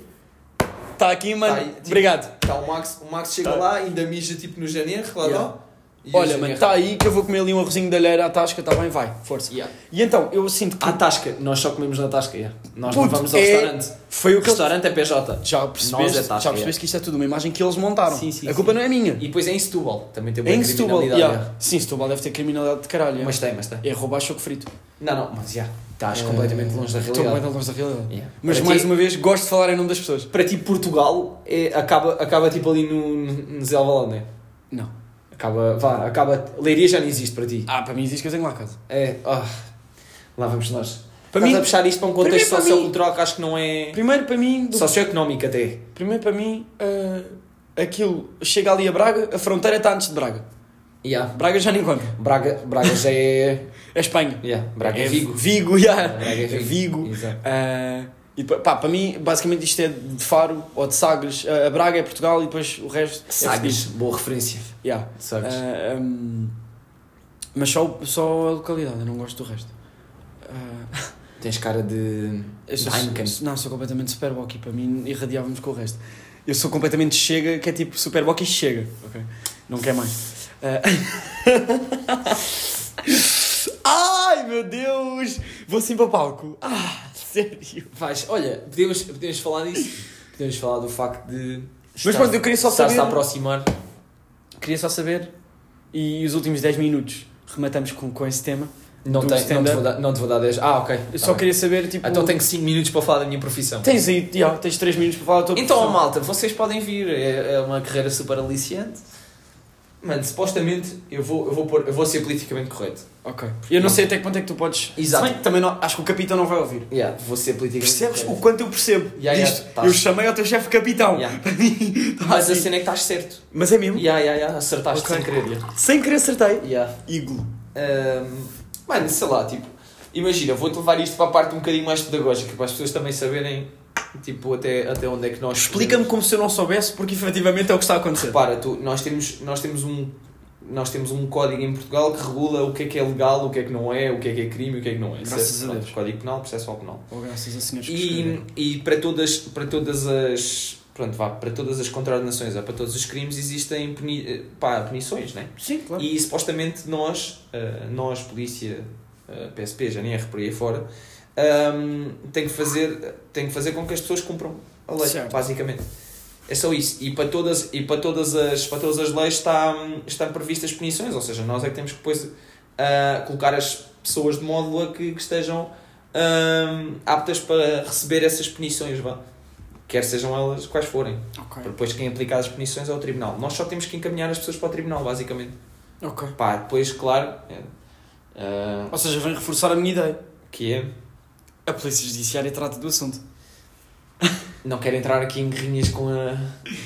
Speaker 2: está aqui, mano,
Speaker 4: Tá aí, tipo,
Speaker 2: obrigado.
Speaker 4: Tá, o, Max, o Max chega
Speaker 2: Tá.
Speaker 4: lá, ainda mija tipo no janeiro, lá
Speaker 2: Yeah.
Speaker 4: dá. E é o
Speaker 2: Olha,
Speaker 4: GNR-
Speaker 2: mano, está aí que eu vou comer ali um arrozinho de alheira à tasca, está bem, vai, força.
Speaker 4: tá- Yeah.
Speaker 2: E então, eu sinto que.
Speaker 4: À tasca, nós só comemos na tasca, yeah. nós não
Speaker 2: Puto,
Speaker 4: vamos ao
Speaker 2: é-
Speaker 4: restaurante.
Speaker 2: Foi o
Speaker 4: O
Speaker 2: que eles...
Speaker 4: restaurante é PJ.
Speaker 2: Já percebeste,
Speaker 4: é tasca,
Speaker 2: já percebeste que isto é tudo uma imagem que eles montaram.
Speaker 4: Sim, sim,
Speaker 2: a culpa
Speaker 4: sim.
Speaker 2: não é minha.
Speaker 4: E depois é em Setúbal, também tem
Speaker 2: É
Speaker 4: uma
Speaker 2: em Setúbal.
Speaker 4: criminalidade.
Speaker 2: Yeah.
Speaker 4: yeah.
Speaker 2: Sim, Setúbal deve ter criminalidade de caralho. yeah.
Speaker 4: Mas tem, mas tem.
Speaker 2: É roubar choco frito.
Speaker 4: Não, não, mas Eh, já, estás
Speaker 2: É,
Speaker 4: completamente longe da
Speaker 2: Estou
Speaker 4: realidade.
Speaker 2: completamente longe da realidade.
Speaker 4: Yeah.
Speaker 2: Mas
Speaker 4: Para
Speaker 2: mais
Speaker 4: ti-
Speaker 2: uma vez, gosto de falar em nome das pessoas.
Speaker 4: Para ti, Portugal é, acaba, acaba tipo ali no, no Zé Alvalade, não é?
Speaker 2: Não.
Speaker 4: Acaba, vá, acaba. Leiria já não existe para ti.
Speaker 2: Ah, para mim diz que eu tenho lá a casa.
Speaker 4: É, ah, lá vamos nós.
Speaker 2: Para
Speaker 4: Para Estás
Speaker 2: mim-
Speaker 4: a puxar isto para um
Speaker 2: para mim,
Speaker 4: contexto
Speaker 2: para mim-
Speaker 4: sociocultural que acho que não é.
Speaker 2: Primeiro para mim, do-
Speaker 4: socioeconómico até.
Speaker 2: primeiro para mim, ah, aquilo chega ali a Braga, a fronteira está antes de Braga.
Speaker 4: Yeah.
Speaker 2: Braga já nem conta.
Speaker 4: Braga, Braga já é.
Speaker 2: É Espanha.
Speaker 4: Yeah. Braga é, Vigo.
Speaker 2: Vigo, yeah.
Speaker 4: Braga é Vigo. Exato.
Speaker 2: Ah, e depois, pá, para mim, basicamente isto é de Faro ou de Sagres. Ah, a Braga é Portugal e depois o resto é
Speaker 4: Sagres,
Speaker 2: Portugal.
Speaker 4: boa referência.
Speaker 2: Yeah.
Speaker 4: Sagres.
Speaker 2: Ah, hum, mas só, o- só a localidade, eu não gosto do resto. Ah,
Speaker 4: Tens cara de.
Speaker 2: eu sou,
Speaker 4: Heineken.
Speaker 2: não, sou completamente Superboc e para mim irradiávamos com o resto. Eu sou completamente chega, que é tipo Superboc e chega. ok? Não quer mais. Ah. Ai meu Deus! Vou sim para o palco. Ah, sério.
Speaker 4: Vais, olha, podemos, podemos falar disso. Podemos falar do facto de.
Speaker 2: Mas pronto, eu queria só
Speaker 4: Estás-te
Speaker 2: saber.
Speaker 4: a aproximar.
Speaker 2: Queria só saber. E os últimos 10 minutos rematamos com, com esse tema.
Speaker 4: Não,
Speaker 2: Do
Speaker 4: tem, não, te
Speaker 2: stand-up.
Speaker 4: vou dar, não te vou dar 10. Ah, ok.
Speaker 2: Eu
Speaker 4: tá
Speaker 2: só
Speaker 4: bem.
Speaker 2: queria saber, tipo.
Speaker 4: Então tenho 5 minutos para falar da minha profissão.
Speaker 2: Tens um aí, já, tens 3 minutos para falar da tua
Speaker 4: Então,
Speaker 2: profissão.
Speaker 4: malta, vocês podem vir. É, é uma carreira super aliciante. Mano, supostamente eu vou, eu vou, pôr, eu vou ser politicamente correto.
Speaker 2: Ok. Eu não sei até que ponto é que tu podes.
Speaker 4: Exato.
Speaker 2: Se bem que também não- acho que o capitão não vai ouvir.
Speaker 4: Yeah, vou ser politicamente
Speaker 2: Percebes o
Speaker 4: correto.
Speaker 2: quanto eu percebo
Speaker 4: Yeah, yeah,
Speaker 2: disto?
Speaker 4: tá.
Speaker 2: Eu chamei ao teu chefe capitão.
Speaker 4: Yeah.
Speaker 2: Para mim, tá
Speaker 4: Mas a
Speaker 2: assim.
Speaker 4: cena é que estás certo.
Speaker 2: Mas é mesmo.
Speaker 4: Yeah, yeah, yeah, acertaste
Speaker 2: Ok.
Speaker 4: sem querer. yeah.
Speaker 2: Sem querer acertei.
Speaker 4: Yeah.
Speaker 2: Iglo.
Speaker 4: Ahm, mano, sei lá, tipo, imagina, vou-te levar isto para a parte um bocadinho mais pedagógica, para as pessoas também saberem, tipo, até, até onde é que nós.
Speaker 2: Explica-me como se eu não soubesse, porque efetivamente é o que está a acontecer.
Speaker 4: Repara, tu, nós, temos, nós, temos um, nós temos um código em Portugal que regula o que é que é legal, o que é que não é, o que é que é crime e o que é que não é.
Speaker 2: Graças
Speaker 4: certo?
Speaker 2: a
Speaker 4: Pronto,
Speaker 2: Deus.
Speaker 4: Código penal, processo penal.
Speaker 2: Oh, graças a senhores que
Speaker 4: E,
Speaker 2: escreveram.
Speaker 4: e para, todas, para todas as. Pronto, vá, para todas as contraordenações ou para todos os crimes existem puni, eh, pá, punições, né?
Speaker 2: Sim, claro.
Speaker 4: E supostamente nós, eh, nós, polícia, eh, PSP, GNR, por aí fora, ahm, tem, que fazer, tem que fazer com que as pessoas cumpram a lei,
Speaker 2: Certo.
Speaker 4: basicamente. É só isso. E para todas, e para todas, as, para todas as leis está, hum, estão previstas punições, ou seja, nós é que temos que depois ah, colocar as pessoas de módulo a que, que estejam ahm, aptas para receber essas punições, vá. Quer sejam elas quais forem.
Speaker 2: Ok.
Speaker 4: Depois quem aplicar as punições é o tribunal. Nós só temos que encaminhar as pessoas para o tribunal, basicamente.
Speaker 2: Ok.
Speaker 4: Pá, depois, claro, é, ah,
Speaker 2: Ou seja, vem reforçar a minha ideia.
Speaker 4: que é.
Speaker 2: A polícia judiciária trata do assunto.
Speaker 4: Não quero entrar aqui em guerrinhas com a,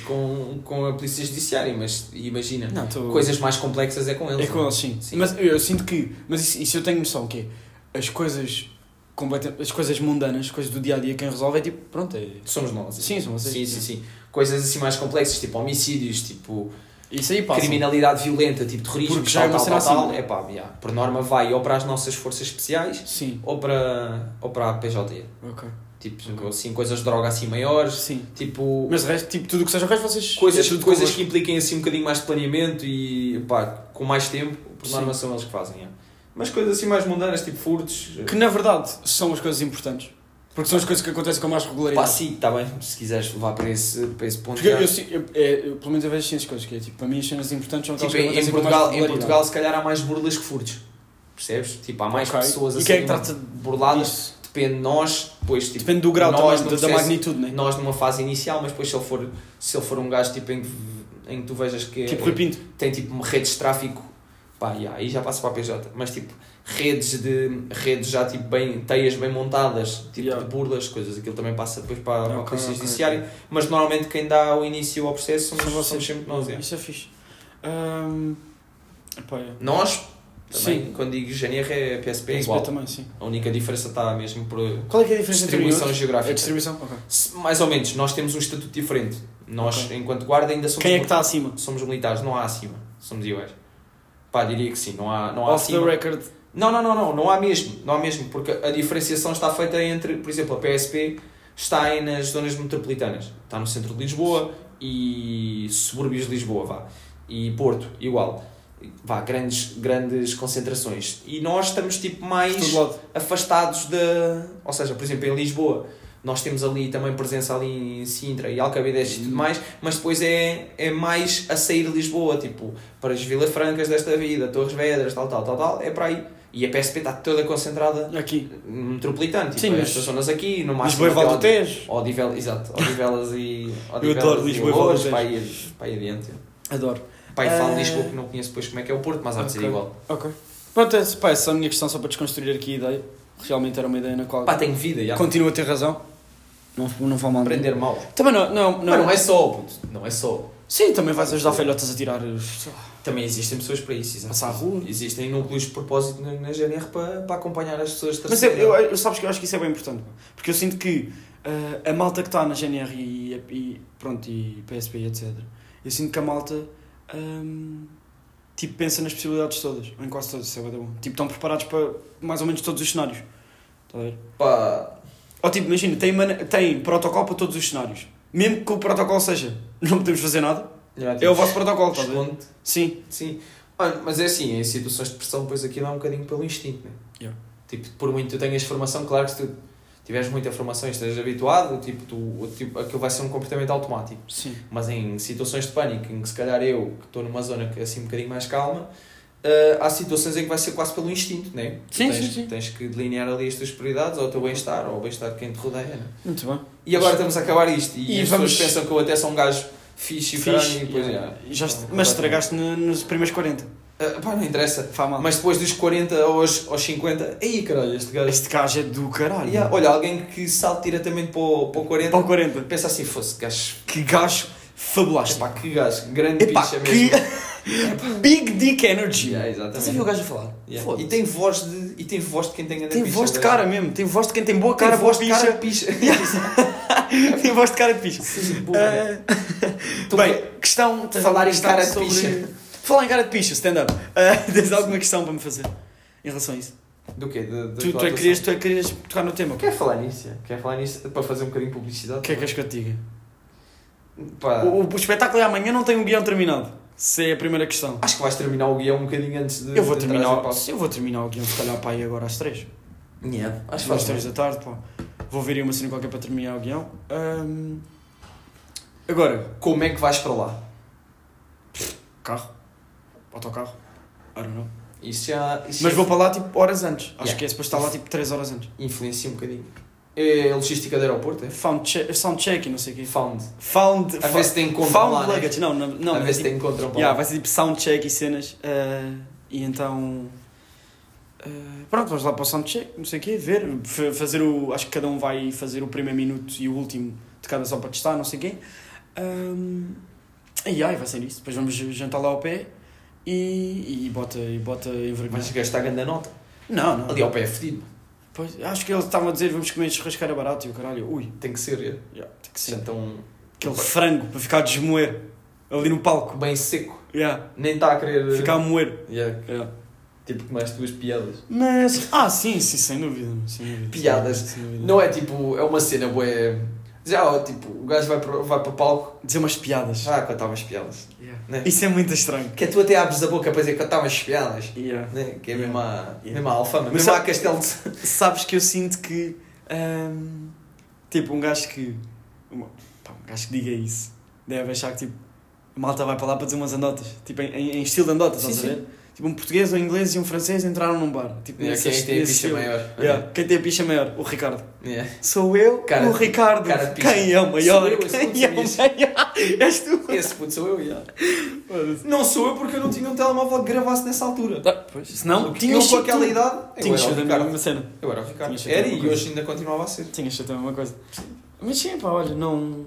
Speaker 4: com, com a polícia judiciária, mas imagina.
Speaker 2: Não, tu...
Speaker 4: Coisas mais complexas é com eles.
Speaker 2: É com
Speaker 4: não?
Speaker 2: eles, sim.
Speaker 4: Sim.
Speaker 2: Mas eu, eu sinto que. Mas isso, isso eu tenho noção, que é. As coisas. completa- As coisas mundanas, as coisas do dia a dia, quem resolve é tipo. Pronto, é.
Speaker 4: Somos nós. assim.
Speaker 2: Sim, são vocês.
Speaker 4: Sim, sim, sim. Coisas assim mais complexas, tipo homicídios, tipo
Speaker 2: Isso aí passa.
Speaker 4: criminalidade violenta, tipo terrorismo,
Speaker 2: Porque já
Speaker 4: tal,
Speaker 2: é uma
Speaker 4: tal,
Speaker 2: cena
Speaker 4: tal, tal.
Speaker 2: assim.
Speaker 4: É pá, yeah. por norma vai ou para as nossas forças especiais
Speaker 2: Sim,
Speaker 4: ou para, ou para a PJE.
Speaker 2: ok.
Speaker 4: Tipo, assim, coisas de droga assim maiores,
Speaker 2: Sim.
Speaker 4: tipo...
Speaker 2: Mas de resto, tipo, tudo o que seja o resto, vocês.
Speaker 4: Coisas,
Speaker 2: é tudo
Speaker 4: coisas
Speaker 2: convosco.
Speaker 4: que impliquem assim um bocadinho mais de planeamento e pá, com mais tempo, por
Speaker 2: Sim.
Speaker 4: norma são eles que fazem. é. Mas coisas assim mais mundanas, tipo furtos,
Speaker 2: Que na verdade são as coisas importantes. Porque são as coisas que acontecem com mais
Speaker 4: pá,
Speaker 2: regularidade.
Speaker 4: sim, está bem, se quiseres levar para esse, para esse ponto.
Speaker 2: Porque eu,
Speaker 4: já.
Speaker 2: eu, si- eu- é, eu, pelo menos eu vejo assim as coisas, que é tipo, para mim as cenas importantes são aquelas
Speaker 4: Tipo,
Speaker 2: que
Speaker 4: em, em
Speaker 2: acontecem com mais
Speaker 4: Portugal, em
Speaker 2: regularidade.
Speaker 4: Portugal, se calhar há mais burlas que furtos. Percebes? Tipo, há mais
Speaker 2: Ok.
Speaker 4: pessoas a
Speaker 2: E quem é que
Speaker 4: serem
Speaker 2: trata de
Speaker 4: burladas.
Speaker 2: Isso.
Speaker 4: Depende de nós, depois, tipo,
Speaker 2: Depende do grau também,
Speaker 4: nós no
Speaker 2: da, da
Speaker 4: processo-
Speaker 2: magnitude, né?
Speaker 4: nós numa fase inicial, mas depois se ele for, se ele for um gajo tipo, em, que, em que tu vejas que é-
Speaker 2: Tipo, Rui Pinto.
Speaker 4: tem tipo redes de tráfico, pá, e aí já passa para a PJ, mas tipo redes de redes já tipo bem teias bem montadas, tipo
Speaker 2: Yeah.
Speaker 4: de burlas, coisas, aquilo também passa depois para, para a
Speaker 2: Ok,
Speaker 4: polícia
Speaker 2: ok,
Speaker 4: judiciária, mas normalmente quem dá o início ao processo somos,
Speaker 2: São vocês.
Speaker 4: somos sempre nós. é.
Speaker 2: Isso é fixe. Ahm, epá, é.
Speaker 4: Nós também,
Speaker 2: Sim.
Speaker 4: quando digo GNR é PSP, é
Speaker 2: PSP
Speaker 4: igual.
Speaker 2: também, sim.
Speaker 4: A única diferença está mesmo por
Speaker 2: Qual é que é a diferença entre um e
Speaker 4: distribuição
Speaker 2: outro? É
Speaker 4: geográfica.
Speaker 2: a distribuição? Ok.
Speaker 4: Se- Mais ou menos, nós temos um estatuto diferente. Nós, enquanto guarda, ainda somos
Speaker 2: Quem é que
Speaker 4: mil-
Speaker 2: está acima?
Speaker 4: somos militares, não há acima. Somos iguais. Pá, diria que sim, não há, não há
Speaker 2: Off the
Speaker 4: acima.
Speaker 2: record.
Speaker 4: Não, não, não, não, não há mesmo, não há mesmo, porque a diferenciação está feita entre, por exemplo, a PSP está aí nas zonas metropolitanas, está no centro de Lisboa e subúrbios de Lisboa, vá, e Porto, igual, vá, grandes, grandes concentrações. E nós estamos tipo
Speaker 2: de
Speaker 4: mais
Speaker 2: Todo lado.
Speaker 4: afastados da. Ou seja, por exemplo, em Lisboa, nós temos ali também presença ali em Sintra e Alcabides
Speaker 2: Uhum.
Speaker 4: e tudo mais, mas depois é, é mais a sair de Lisboa, tipo, para as Vila Francas desta vida, Torres Vedras, tal, tal, tal, tal, é para aí. E a PSP está toda concentrada
Speaker 2: Aqui.
Speaker 4: no metropolitano, tipo,
Speaker 2: Sim, mas-
Speaker 4: estas zonas aqui, no máximo. é
Speaker 2: Lisboa e
Speaker 4: até ao-
Speaker 2: Val do Tejo.
Speaker 4: Odivelas, exato, Odivelas e.
Speaker 2: Eu adoro Lisboa e Val do
Speaker 4: Valdetejo.
Speaker 2: Tejo.
Speaker 4: Pai, pai adiante.
Speaker 2: Adoro.
Speaker 4: Pai, falo
Speaker 2: Ah.
Speaker 4: de Lisboa que não conheço depois como é que é o Porto, mas há de ser
Speaker 2: Ok.
Speaker 4: igual.
Speaker 2: Ok. Pronto, é, pá, essa é a minha questão só para desconstruir aqui a ideia. Realmente era uma ideia na qual.
Speaker 4: Pá, tenho vida, já.
Speaker 2: Continua a ter razão. Não, não vão mal.
Speaker 4: Aprender mal.
Speaker 2: Também não. não, não.
Speaker 4: Mas não é só, puto, não é só.
Speaker 2: Sim, também vais ajudar filhotas a tirar. os- sei lá,
Speaker 4: Também existem pessoas para isso, exato.
Speaker 2: Passar a rua.
Speaker 4: Existem núcleos de propósito na, na GNR para, para acompanhar as pessoas de
Speaker 2: Mas eu,
Speaker 4: terceira
Speaker 2: eu,
Speaker 4: idade.
Speaker 2: eu- sabes que eu acho que isso é bem importante. pá. Porque eu sinto que ah, a malta que está na GNR e, e- pronto, e PSP e etc. Eu sinto que a malta ahm, tipo, pensa nas possibilidades todas, ou em quase todas, isso é bué da bom. Tipo, estão preparados para mais ou menos todos os cenários. Está a ver?
Speaker 4: Pá,
Speaker 2: Ou tipo, imagina, tem, mana- tem protocolo para todos os cenários. Mesmo que o protocolo seja, não podemos fazer nada,
Speaker 4: já
Speaker 2: é o
Speaker 4: tive-
Speaker 2: vosso protocolo, está a ver?
Speaker 4: responde.
Speaker 2: Sim.
Speaker 4: Sim. Mano, mas é assim, em situações de pressão, pois aquilo é um bocadinho pelo instinto, né?
Speaker 2: Yeah.
Speaker 4: Tipo, por muito que tu tenhas formação, claro que se tu tiveres muita formação e estejas habituado, tipo, tu, tipo, aquilo vai ser um comportamento automático.
Speaker 2: Sim.
Speaker 4: mas em situações de pânico, em que se calhar eu, que estou numa zona que é assim um bocadinho mais calma, eh, há situações em que vai ser quase pelo instinto, não é?
Speaker 2: Sim,
Speaker 4: tens,
Speaker 2: sim, sim.
Speaker 4: Tens que delinear ali as tuas prioridades, ou o teu bem-estar, ou o bem-estar de quem te rodeia, né?
Speaker 2: Muito bem.
Speaker 4: E agora estamos a acabar isto, e,
Speaker 2: E
Speaker 4: as
Speaker 2: vamos-
Speaker 4: pessoas pensam que eu até sou um gajo fixe e o
Speaker 2: Fixe,
Speaker 4: caralho, e depois,
Speaker 2: yeah.
Speaker 4: yeah.
Speaker 2: é. Já est-
Speaker 4: Então,
Speaker 2: mas
Speaker 4: agora-
Speaker 2: estragaste no- nos primeiros 40.
Speaker 4: Ah, pá, não interessa.
Speaker 2: Fá mal.
Speaker 4: Mas depois dos 40 aos, aos 50, aí caralho, este gajo.
Speaker 2: este gajo é do caralho.
Speaker 4: Yeah, olha, alguém que salte diretamente para o, para o 40,
Speaker 2: Para o 40.
Speaker 4: pensa assim, fosse gajo.
Speaker 2: Que gajo fabulástico.
Speaker 4: Epá, que gajo, grande
Speaker 2: Epá,
Speaker 4: picha
Speaker 2: que.
Speaker 4: mesmo.
Speaker 2: Big Dick Energy.
Speaker 4: Yeah,
Speaker 2: Estás a ver o
Speaker 4: exatamente.
Speaker 2: gajo a falar?
Speaker 4: Yeah.
Speaker 2: Foda-se.
Speaker 4: E tem voz de. E tem voz de quem tem grande
Speaker 2: Tem
Speaker 4: picha,
Speaker 2: voz de
Speaker 4: gajo.
Speaker 2: cara mesmo, tem voz de quem tem boa
Speaker 4: Tem
Speaker 2: cara, boa
Speaker 4: voz de cara de
Speaker 2: picha.
Speaker 4: picha.
Speaker 2: Tem voz de cara de picha.
Speaker 4: Sim, boa.
Speaker 2: Ah,
Speaker 4: Tu-
Speaker 2: bem, questão de
Speaker 4: Estás a falar em
Speaker 2: questão
Speaker 4: cara de
Speaker 2: sobre-
Speaker 4: picha.
Speaker 2: Falar em cara de picha, stand-up. Ah, tens alguma questão para me fazer em relação a isso?
Speaker 4: Do quê? De, de
Speaker 2: Tu, tu, é que querias, tu é que querias tocar no tema. O que
Speaker 4: Quer falar nisso? é? Quer falar nisso para fazer um bocadinho de publicidade?
Speaker 2: é que queres que eu te diga?
Speaker 4: Pá,
Speaker 2: O, o espetáculo é amanhã, não tem um guião terminado. Essa é a primeira questão.
Speaker 4: Acho que vais terminar o guião um bocadinho antes de.
Speaker 2: Eu vou
Speaker 4: de
Speaker 2: terminar,
Speaker 4: entrares
Speaker 2: eu vou terminar o guião, se calhar, para aí agora às 3.
Speaker 3: Yeah.
Speaker 4: Acho que
Speaker 2: às
Speaker 4: faz
Speaker 2: 3 da tarde, pá. Vou ver aí uma cena qualquer para terminar o guião. Ahm, Agora,
Speaker 4: para- Como é que vais para lá?
Speaker 2: carro, autocarro, I don't know.
Speaker 4: Isso já. Isso
Speaker 2: Mas
Speaker 4: já
Speaker 2: vou para lá tipo horas antes. Acho
Speaker 4: Yeah.
Speaker 2: que é suposto estar lá tipo 3 horas antes.
Speaker 4: Influencia um bocadinho. É a logística do aeroporto, é?
Speaker 2: Found check, sound check e não sei o quê.
Speaker 4: Found.
Speaker 2: Found,
Speaker 4: A ver se tem
Speaker 2: found,
Speaker 4: encontro
Speaker 2: found
Speaker 4: lá. né?
Speaker 2: luggage. Não, não, não.
Speaker 4: a ver
Speaker 2: é
Speaker 4: se
Speaker 2: tipo-
Speaker 4: tem encontro para
Speaker 2: yeah,
Speaker 4: lá.
Speaker 2: vai ser tipo sound check e cenas. ah, e então. ah, pronto, vamos lá para o sound check, não sei o quê, ver. fa- Fazer o. Acho que cada um vai fazer o primeiro minuto e o último de cada só para testar, não sei o quê. Ahm, e aí vai ser isso. Depois vamos jantar lá ao pé e, e bota, e bota envergonha.
Speaker 4: Vais gastar grande nota.
Speaker 2: Não, não.
Speaker 4: Ali ao pé é fedido.
Speaker 2: Pois, acho que eles estavam a dizer vamos comer churrasqueira barato e o caralho, ui,
Speaker 4: Tem que ser, é?
Speaker 2: yeah, tem que
Speaker 4: Sim.
Speaker 2: ser.
Speaker 4: Então,
Speaker 2: Aquele frango para ficar a desmoer ali no palco,
Speaker 4: um- bem seco.
Speaker 2: yeah,
Speaker 4: Nem está a querer.
Speaker 2: ficar a moer.
Speaker 4: Yeah,
Speaker 2: yeah.
Speaker 4: Tipo, com mais duas piadas.
Speaker 2: Mas, ah, sim, sim, sem dúvida. Sem dúvida
Speaker 4: Piadas.
Speaker 2: Sem dúvida.
Speaker 4: Não é tipo. É uma cena, bué. Já, ó, tipo, o gajo vai para, vai para o palco.
Speaker 2: Dizer umas piadas.
Speaker 4: é- Ah, contar umas piadas. Né?
Speaker 2: Isso é muito estranho.
Speaker 4: Que é tu até abres a boca para dizer contar umas piadas.
Speaker 2: Yeah.
Speaker 4: Né? Que é
Speaker 2: Yeah.
Speaker 4: mesmo a,
Speaker 2: Yeah.
Speaker 4: mesmo a alfama,
Speaker 2: Mas
Speaker 4: mesmo
Speaker 2: sabe-
Speaker 4: a Castelo de...
Speaker 2: Sabes que eu sinto que, ahm, tipo, um gajo que, uma- pá, um gajo que diga isso, deve achar que, tipo, a malta vai para lá para dizer umas andotas, tipo, em, em- em estilo de andotas,
Speaker 4: Sim,
Speaker 2: estás a
Speaker 4: sim.
Speaker 2: ver? Tipo, um português, um inglês e um francês entraram num bar. Tipo,
Speaker 4: Yeah,
Speaker 2: nesse-
Speaker 4: quem é que tem a
Speaker 2: nesse
Speaker 4: picha
Speaker 2: estilo.
Speaker 4: maior?
Speaker 2: Yeah, Quem tem a picha maior? O Ricardo.
Speaker 4: Yeah.
Speaker 2: Sou eu,
Speaker 4: Cara
Speaker 2: o
Speaker 4: de-
Speaker 2: Ricardo.
Speaker 4: cara de picha.
Speaker 2: Quem é o maior?
Speaker 4: Sou eu, esse
Speaker 2: Quem
Speaker 4: puto
Speaker 2: é o
Speaker 4: feliz.
Speaker 2: maior? És tu.
Speaker 4: Esse puto sou eu, yeah. Não sou eu porque eu não tinha um telemóvel que gravasse nessa altura.
Speaker 2: Se não,
Speaker 4: Porque eu
Speaker 2: tinhas
Speaker 4: com
Speaker 2: sido
Speaker 4: aquela
Speaker 2: tu.
Speaker 4: idade, eu
Speaker 2: Tinhas
Speaker 4: era o
Speaker 2: sido a
Speaker 4: Ricardo.
Speaker 2: mesma cena.
Speaker 4: Eu era o Ricardo.
Speaker 2: Tinhas sido
Speaker 4: Era
Speaker 2: a
Speaker 4: e
Speaker 2: mesma
Speaker 4: hoje ainda continuava a ser.
Speaker 2: Tinhas sido a mesma coisa. Mas sim, pá, olha, não.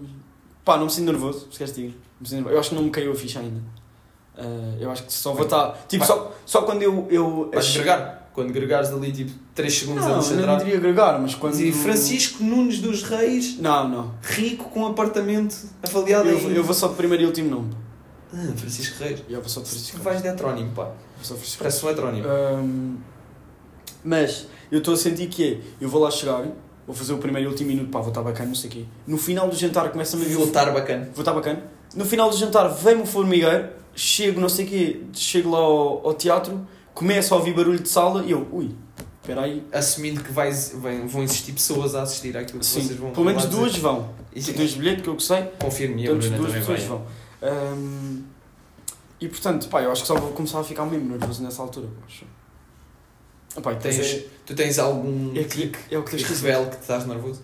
Speaker 2: Pá, não me sinto nervoso, se queres digo. Me sinto nervoso. Eu acho que não me caiu a ficha ainda. Ah, eu acho que só vou estar. Tipo,
Speaker 4: Vai.
Speaker 2: só, só quando eu. eu
Speaker 4: Vais gregar. Quando gregares dali tipo 3 segundos a
Speaker 2: Não, eu não
Speaker 4: descentrar.
Speaker 2: diria agregar, mas quando.
Speaker 4: Dizia Francisco Nunes dos Reis,
Speaker 2: Não, não.
Speaker 4: rico com um apartamento avaliado
Speaker 2: Eu,
Speaker 4: em...
Speaker 2: eu vou só de primeiro e último nome.
Speaker 4: Ah, Francisco Reis.
Speaker 2: Eu vou só de
Speaker 4: Tu
Speaker 2: Francisco.
Speaker 4: vais de atrónimo, pá.
Speaker 2: Vou só de Francisco.
Speaker 4: Parece um atrónimo.
Speaker 2: Ahm, mas eu estou a sentir que é, eu vou lá chegar, vou fazer o primeiro e último minuto, pá, vou estar bacana, não sei o quê. No final do jantar começa-me a vir o
Speaker 4: Voltar bacana.
Speaker 2: Vou estar bacana. No final do jantar vem-me o formigueiro, chego, não sei o quê, chego lá ao, ao teatro, começo a ouvir barulho de sala e eu, ui, espera aí.
Speaker 4: Assumindo que vais, vem- vão existir pessoas a assistir àquilo que
Speaker 2: Sim,
Speaker 4: vocês vão
Speaker 2: pelo menos
Speaker 4: lá dizer.
Speaker 2: duas vão.
Speaker 4: E
Speaker 2: Tu
Speaker 4: sim,
Speaker 2: tens bilhete, que eu que sei,
Speaker 4: Confirmo, é. e a
Speaker 2: todas
Speaker 4: Bruna
Speaker 2: duas
Speaker 4: também
Speaker 2: pessoas
Speaker 4: vai.
Speaker 2: vão. Ahm, e portanto, pá, eu acho que só vou começar a ficar mesmo nervoso nessa altura, acho. Ah, Pá, e depois
Speaker 4: Tens- um Tu tens algum
Speaker 2: é, é, que- é o que
Speaker 4: que
Speaker 2: tens que dizer.
Speaker 4: revela que estás nervoso?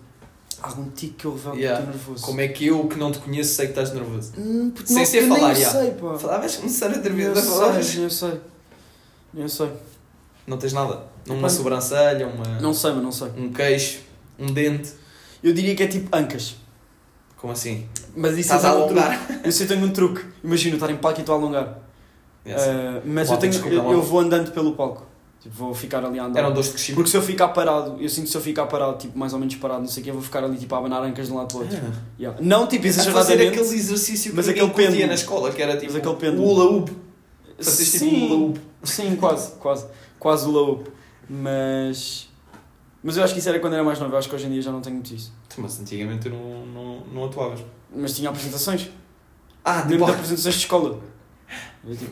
Speaker 2: Há algum tico que eu levanto
Speaker 4: Yeah.
Speaker 2: que estou nervoso.
Speaker 4: Como é que eu, que não te conheço, sei que estás nervoso?
Speaker 2: Hum, porque
Speaker 4: Sem
Speaker 2: não,
Speaker 4: ser
Speaker 2: eu
Speaker 4: falar,
Speaker 2: nem
Speaker 4: yeah.
Speaker 2: sei, pá.
Speaker 4: Falar, vais começar outra
Speaker 2: Nem
Speaker 4: vez
Speaker 2: eu
Speaker 4: a falar.
Speaker 2: sei, nem eu sei. Nem eu sei.
Speaker 4: Não tens nada? Uma
Speaker 2: Epá,
Speaker 4: sobrancelha, uma,
Speaker 2: Não sei, mas não sei.
Speaker 4: um queixo, um dente?
Speaker 2: Eu diria que é tipo ancas.
Speaker 4: Como assim?
Speaker 2: Mas isso
Speaker 4: Estás
Speaker 2: eu
Speaker 4: a
Speaker 2: tenho um truque.
Speaker 4: alongar?
Speaker 2: Eu sei, eu tenho um truque. Imagina eu estar em palco e estou a alongar.
Speaker 4: Yes.
Speaker 2: Ah, mas
Speaker 4: Bom,
Speaker 2: eu, tenho,
Speaker 4: desculpa,
Speaker 2: eu,
Speaker 4: bom.
Speaker 2: eu vou andando pelo palco. Tipo, vou ficar ali a andar.
Speaker 4: Eram dois de crescido.
Speaker 2: Porque se eu ficar parado, eu sinto que se eu ficar parado, tipo, mais ou menos parado, não sei o quê, eu vou ficar ali tipo a abanar ancas de um lado para o outro.
Speaker 4: Ah.
Speaker 2: Yeah. Não tipo
Speaker 4: A fazer
Speaker 2: exageradamente.
Speaker 4: aquele exercício que
Speaker 2: Mas
Speaker 4: mas
Speaker 2: aquele
Speaker 4: aquele curtia
Speaker 2: pêndulo.
Speaker 4: na escola, que era tipo
Speaker 2: Mas aquele
Speaker 4: o
Speaker 2: pêndulo.
Speaker 4: hula hoop. Fazes tipo um hula
Speaker 2: Sim,
Speaker 4: hoop.
Speaker 2: sim, quase, quase. Quase o low. Mas. Mas eu acho que isso era quando era mais novo, eu acho que hoje em dia já não tenho muito isso.
Speaker 4: Mas antigamente eu não, não, não atuavas.
Speaker 2: Mas tinha apresentações.
Speaker 4: Ah, de
Speaker 2: Mesmo de
Speaker 4: bola.
Speaker 2: apresentações de escola. Eu, tipo,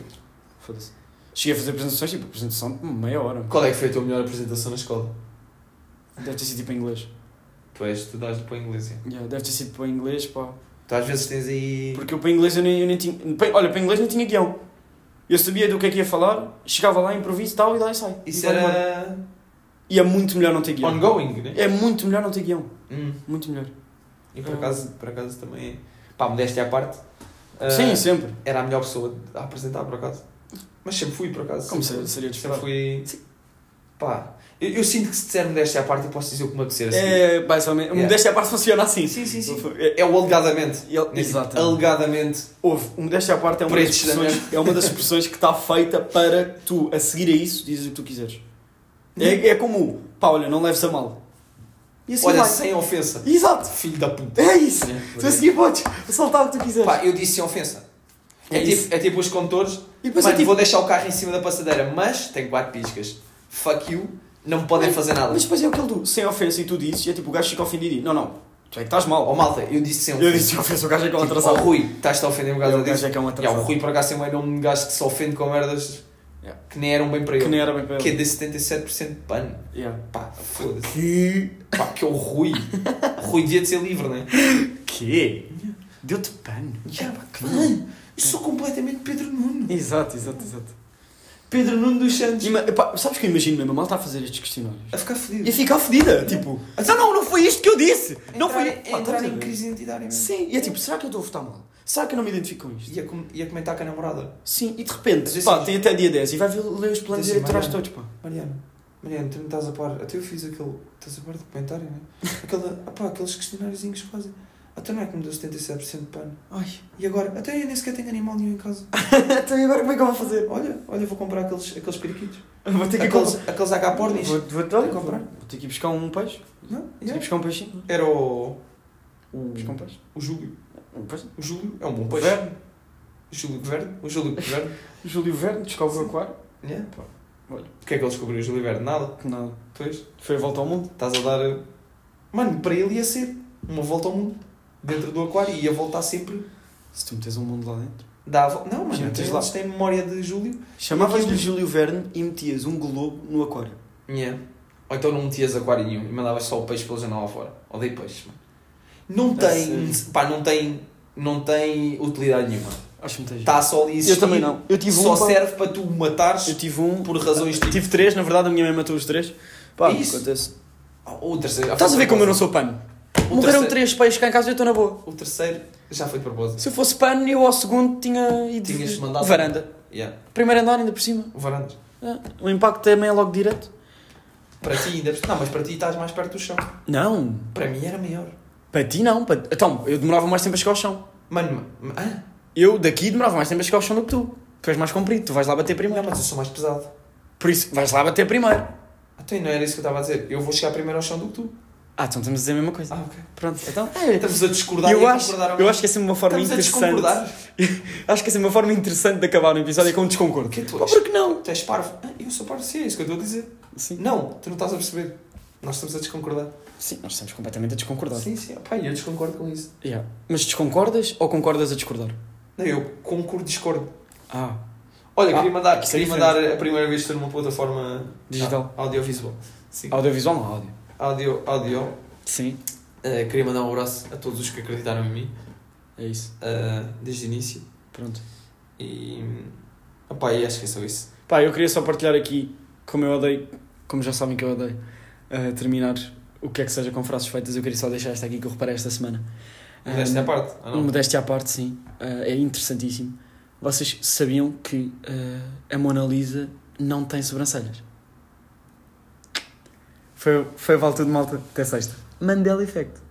Speaker 2: foda-se. Cheguei a fazer apresentações, tipo, apresentação de meia hora.
Speaker 4: Qual é que foi a tua melhor apresentação na escola?
Speaker 2: Deve ter sido tipo em inglês.
Speaker 4: Tu és, tu dás para a inglês. é.
Speaker 2: Yeah, deve ter sido para inglês, pá.
Speaker 4: Tu às vezes tens aí.
Speaker 2: Porque eu para inglês eu nem, eu nem tinha. pa- olha, para inglês não tinha guião. Eu sabia do que é que ia falar, chegava lá, improviso, tal, e lá e sai.
Speaker 4: Isso
Speaker 2: e vai embora.
Speaker 4: era
Speaker 2: E é muito melhor não ter guião.
Speaker 4: ongoing, né?
Speaker 2: É muito melhor não ter guião.
Speaker 4: Hum.
Speaker 2: Muito melhor.
Speaker 4: Ah. é- E por acaso, por acaso também. Pá, modéstia à parte. Ah,
Speaker 2: Sim, sempre.
Speaker 4: Era a melhor pessoa a apresentar, por acaso. Mas sempre fui, por acaso.
Speaker 2: Como
Speaker 4: sempre,
Speaker 2: se- seria de
Speaker 4: sempre
Speaker 2: esperar.
Speaker 4: fui. Pá. Eu, eu sinto que se disser modéstia à parte, eu posso dizer o que me acontecer a seguir.
Speaker 2: É, basicamente.
Speaker 4: assim. Yeah.
Speaker 2: O Modéstia à parte funciona assim.
Speaker 4: Sim, sim, sim.
Speaker 2: É-
Speaker 4: É o alegadamente.
Speaker 2: E ele- Exatamente.
Speaker 4: Alegadamente.
Speaker 2: Houve, o modéstia à parte é uma, das
Speaker 4: Pretos da
Speaker 2: expressões, é uma das expressões que está feita para tu, a seguir a isso, dizes o que tu quiseres. É, é como, o, pá, olha, não leves a mal. E assim
Speaker 4: Olha,
Speaker 2: vai.
Speaker 4: sem ofensa.
Speaker 2: Exato.
Speaker 4: Filho da puta.
Speaker 2: É isso. Tu a
Speaker 4: É.
Speaker 2: seguir podes assaltar o que tu quiseres.
Speaker 4: Pá, eu disse sem ofensa. É,
Speaker 2: É isso.
Speaker 4: tipo, é tipo os condutores.
Speaker 2: e depois
Speaker 4: Mano,
Speaker 2: é tipo,
Speaker 4: vou deixar o carro em cima da passadeira, mas tem quatro piscas. Fuck you. Não podem fazer nada.
Speaker 2: mas depois é aquele do sem ofensa e tu dizes, e é tipo, o gajo fica ofendido e não, não, tu é que estás mal.
Speaker 4: Oh malta, eu disse sempre.
Speaker 2: Eu disse sem ofensa, o gajo é que é um
Speaker 4: Tipo, oh,
Speaker 2: atrasado.
Speaker 4: Rui, estás-te a ofender um
Speaker 2: É,
Speaker 4: gajo
Speaker 2: o gajo
Speaker 4: disso.
Speaker 2: é que é um
Speaker 4: Yeah, o
Speaker 2: atrasado.
Speaker 4: Rui por acaso também é um gajo que se ofende com merdas
Speaker 2: Yeah.
Speaker 4: que nem eram bem para
Speaker 2: Que
Speaker 4: ele.
Speaker 2: nem era bem para
Speaker 4: Que é
Speaker 2: ele.
Speaker 4: de 77% de pano.
Speaker 2: Yeah.
Speaker 4: Pá, foda-se.
Speaker 2: Que...
Speaker 4: Pá, que é o Rui. O Rui devia de ser livre, né?
Speaker 2: Que? Deu-te pano.
Speaker 4: Yeah, pá, que mano, eu sou completamente Pedro Nuno.
Speaker 2: Exato, exato, exato.
Speaker 4: Pedro Nuno dos Santos.
Speaker 2: Ima- epá, sabes que eu imagino mesmo? A malta a fazer estes questionários.
Speaker 4: A ficar
Speaker 2: E
Speaker 4: fodido.
Speaker 2: ficar fodida, tipo, não, não, não foi isto que eu disse! Não
Speaker 4: Entrar,
Speaker 2: foi.
Speaker 4: é
Speaker 2: Pá,
Speaker 4: entrar
Speaker 2: estás a
Speaker 4: em
Speaker 2: ver?
Speaker 4: crise identitária mesmo.
Speaker 2: Sim, e é tipo, será que eu estou a votar mal? Será que eu não me identifico com isto?
Speaker 4: Ia, com- ia comentar com a namorada.
Speaker 2: Sim, e de repente,
Speaker 4: Mas isso
Speaker 2: pá,
Speaker 4: é-
Speaker 2: tem até dia 10 e vai ver, ler os planos
Speaker 4: Tem
Speaker 2: eleitorais
Speaker 4: semana.
Speaker 2: todos, pá.
Speaker 4: Mariano, Mariano, tu não estás a par. Até eu fiz aquele. Estás a par do comentário, né? Aquele, ah pá, aqueles questionáriozinhos que fazem. Até não é que me deu 77% de pano.
Speaker 2: Ai,
Speaker 4: E agora? Até eu nem sequer tenho animal nenhum em casa.
Speaker 2: então e agora como é que eu vou fazer?
Speaker 4: Olha, olha, vou comprar aqueles, aqueles periquitos.
Speaker 2: Vou ter que
Speaker 4: Aqueles,
Speaker 2: comprar.
Speaker 4: aqueles agapornis.
Speaker 2: Vou, vou,
Speaker 4: Tem
Speaker 2: olha,
Speaker 4: que
Speaker 2: vou,
Speaker 4: comprar.
Speaker 2: vou ter que ir buscar um peixe. Vou
Speaker 4: Não?
Speaker 2: ter que ir
Speaker 4: Yeah.
Speaker 2: buscar um peixinho.
Speaker 4: Era o. O,
Speaker 2: Buscar um peixe.
Speaker 4: o Júlio.
Speaker 2: Um peixe.
Speaker 4: O Júlio é um bom
Speaker 2: Um
Speaker 4: peixe.
Speaker 2: Verne.
Speaker 4: Júlio Verde. O Júlio Verde.
Speaker 2: Júlio Verne, descobre o aquário.
Speaker 4: Yeah.
Speaker 2: Pá, olha.
Speaker 4: O que é que ele descobriu? O Júlio Verde? Nada.
Speaker 2: Que Nada.
Speaker 4: Pois.
Speaker 2: Foi a volta ao mundo.
Speaker 4: Estás a dar. uh, Mano, para ele ia ser uma volta ao mundo. Dentro do aquário. E ia voltar sempre
Speaker 2: Se tu metes um mundo lá dentro.
Speaker 4: Dá a vo- Não,
Speaker 2: Sim,
Speaker 4: mano,
Speaker 2: tens
Speaker 4: eles
Speaker 2: lá.
Speaker 4: têm memória de Júlio.
Speaker 2: Chamavas-lhe
Speaker 4: aquilo-
Speaker 2: Júlio Verne e metias um globo no aquário.
Speaker 4: Ou então não metias aquário nenhum e mandavas só o peixe pela janela fora. Odeio peixes, mano. Tá
Speaker 2: A
Speaker 4: Não tem. Pá, não tem. Não tem utilidade nenhuma.
Speaker 2: Acho que me tens.
Speaker 4: Está só ali a existir.
Speaker 2: Eu também não. Tá, Eu tive
Speaker 4: Só
Speaker 2: um. pá.
Speaker 4: serve para tu o matares
Speaker 2: Eu tive um.
Speaker 4: por razões tipo.
Speaker 2: Tive três, na verdade a minha mãe matou os três. Pá,
Speaker 4: É isso.
Speaker 2: acontece.
Speaker 4: Ah, O terceiro.
Speaker 2: Estás a ver como eu não sou pano?
Speaker 4: O
Speaker 2: Morreram
Speaker 4: terceiro-
Speaker 2: três peixes cá em casa e eu estou na boa.
Speaker 4: O terceiro já foi de propósito.
Speaker 2: Se eu fosse pano, eu ao segundo tinha ido.
Speaker 4: Tinhas mandado-
Speaker 2: Varanda.
Speaker 4: Yeah.
Speaker 2: Primeiro andar ainda por cima.
Speaker 4: O Varandas.
Speaker 2: Ah, O impacto também é logo direto.
Speaker 4: Para ti ainda. é- Não, mas para ti estás mais perto do chão.
Speaker 2: Não.
Speaker 4: Para mim era maior.
Speaker 2: Para ti não. Para... Então, eu demorava mais tempo a chegar ao chão.
Speaker 4: Mano, ma- ah,
Speaker 2: Eu daqui demorava mais tempo a chegar ao chão do que tu. Tu és mais comprido, tu vais lá bater
Speaker 4: não,
Speaker 2: primeiro.
Speaker 4: mas eu sou mais pesado.
Speaker 2: Por isso, vais lá bater primeiro.
Speaker 4: Então e não era isso que eu estava a dizer. Eu vou chegar primeiro ao chão do que tu.
Speaker 2: Ah, então estamos a dizer a mesma coisa.
Speaker 4: Ah, ok.
Speaker 2: Pronto, então.
Speaker 4: Estamos a discordar e
Speaker 2: eu,
Speaker 4: a
Speaker 2: acho,
Speaker 4: concordar ao
Speaker 2: eu
Speaker 4: mesmo
Speaker 2: acho que é sempre uma forma
Speaker 4: Estamos a
Speaker 2: interessante.
Speaker 4: desconcordar.
Speaker 2: Acho que é sempre uma forma interessante de acabar um episódio é com um desconcordo.
Speaker 4: O que é que tu
Speaker 2: Pá,
Speaker 4: achas?
Speaker 2: por que não?
Speaker 4: Tu és parvo. Ah, eu sou parvo, sim, é isso que eu estou a dizer.
Speaker 2: Sim.
Speaker 4: Não, tu não estás a perceber. Nós estamos a desconcordar.
Speaker 2: Sim, nós estamos completamente a desconcordar.
Speaker 4: Sim, sim, pá, eu desconcordo com isso.
Speaker 2: Yeah. Mas desconcordas ou concordas a discordar?
Speaker 4: Não, eu concordo, discordo.
Speaker 2: Ah,
Speaker 4: Olha,
Speaker 2: Ah,
Speaker 4: queria mandar,
Speaker 2: isso é
Speaker 4: queria mandar a primeira vez ter uma plataforma
Speaker 2: Digital.
Speaker 4: Ah, audiovisual. Sim.
Speaker 2: audiovisual não áudio.
Speaker 4: Audio, audio.
Speaker 2: Sim,
Speaker 4: Ah, queria mandar um abraço a todos os que acreditaram em mim
Speaker 2: é isso.
Speaker 4: ah, desde o início.
Speaker 2: Pronto.
Speaker 4: E. ah, pá, e acho que é só isso.
Speaker 2: Pá, eu queria só partilhar aqui como eu odeio, como já sabem que eu odeio, eh, terminar o que é que seja com frases feitas. Eu queria só deixar esta aqui que eu reparei esta semana. Eh,
Speaker 4: Mas esta é a parte. Ah, não.
Speaker 2: Modéstia à parte, sim. Ah, é interessantíssimo. Vocês sabiam que ah, a Mona Lisa não tem sobrancelhas? Foi, foi a volta de malta até sexta. Mandela Effect.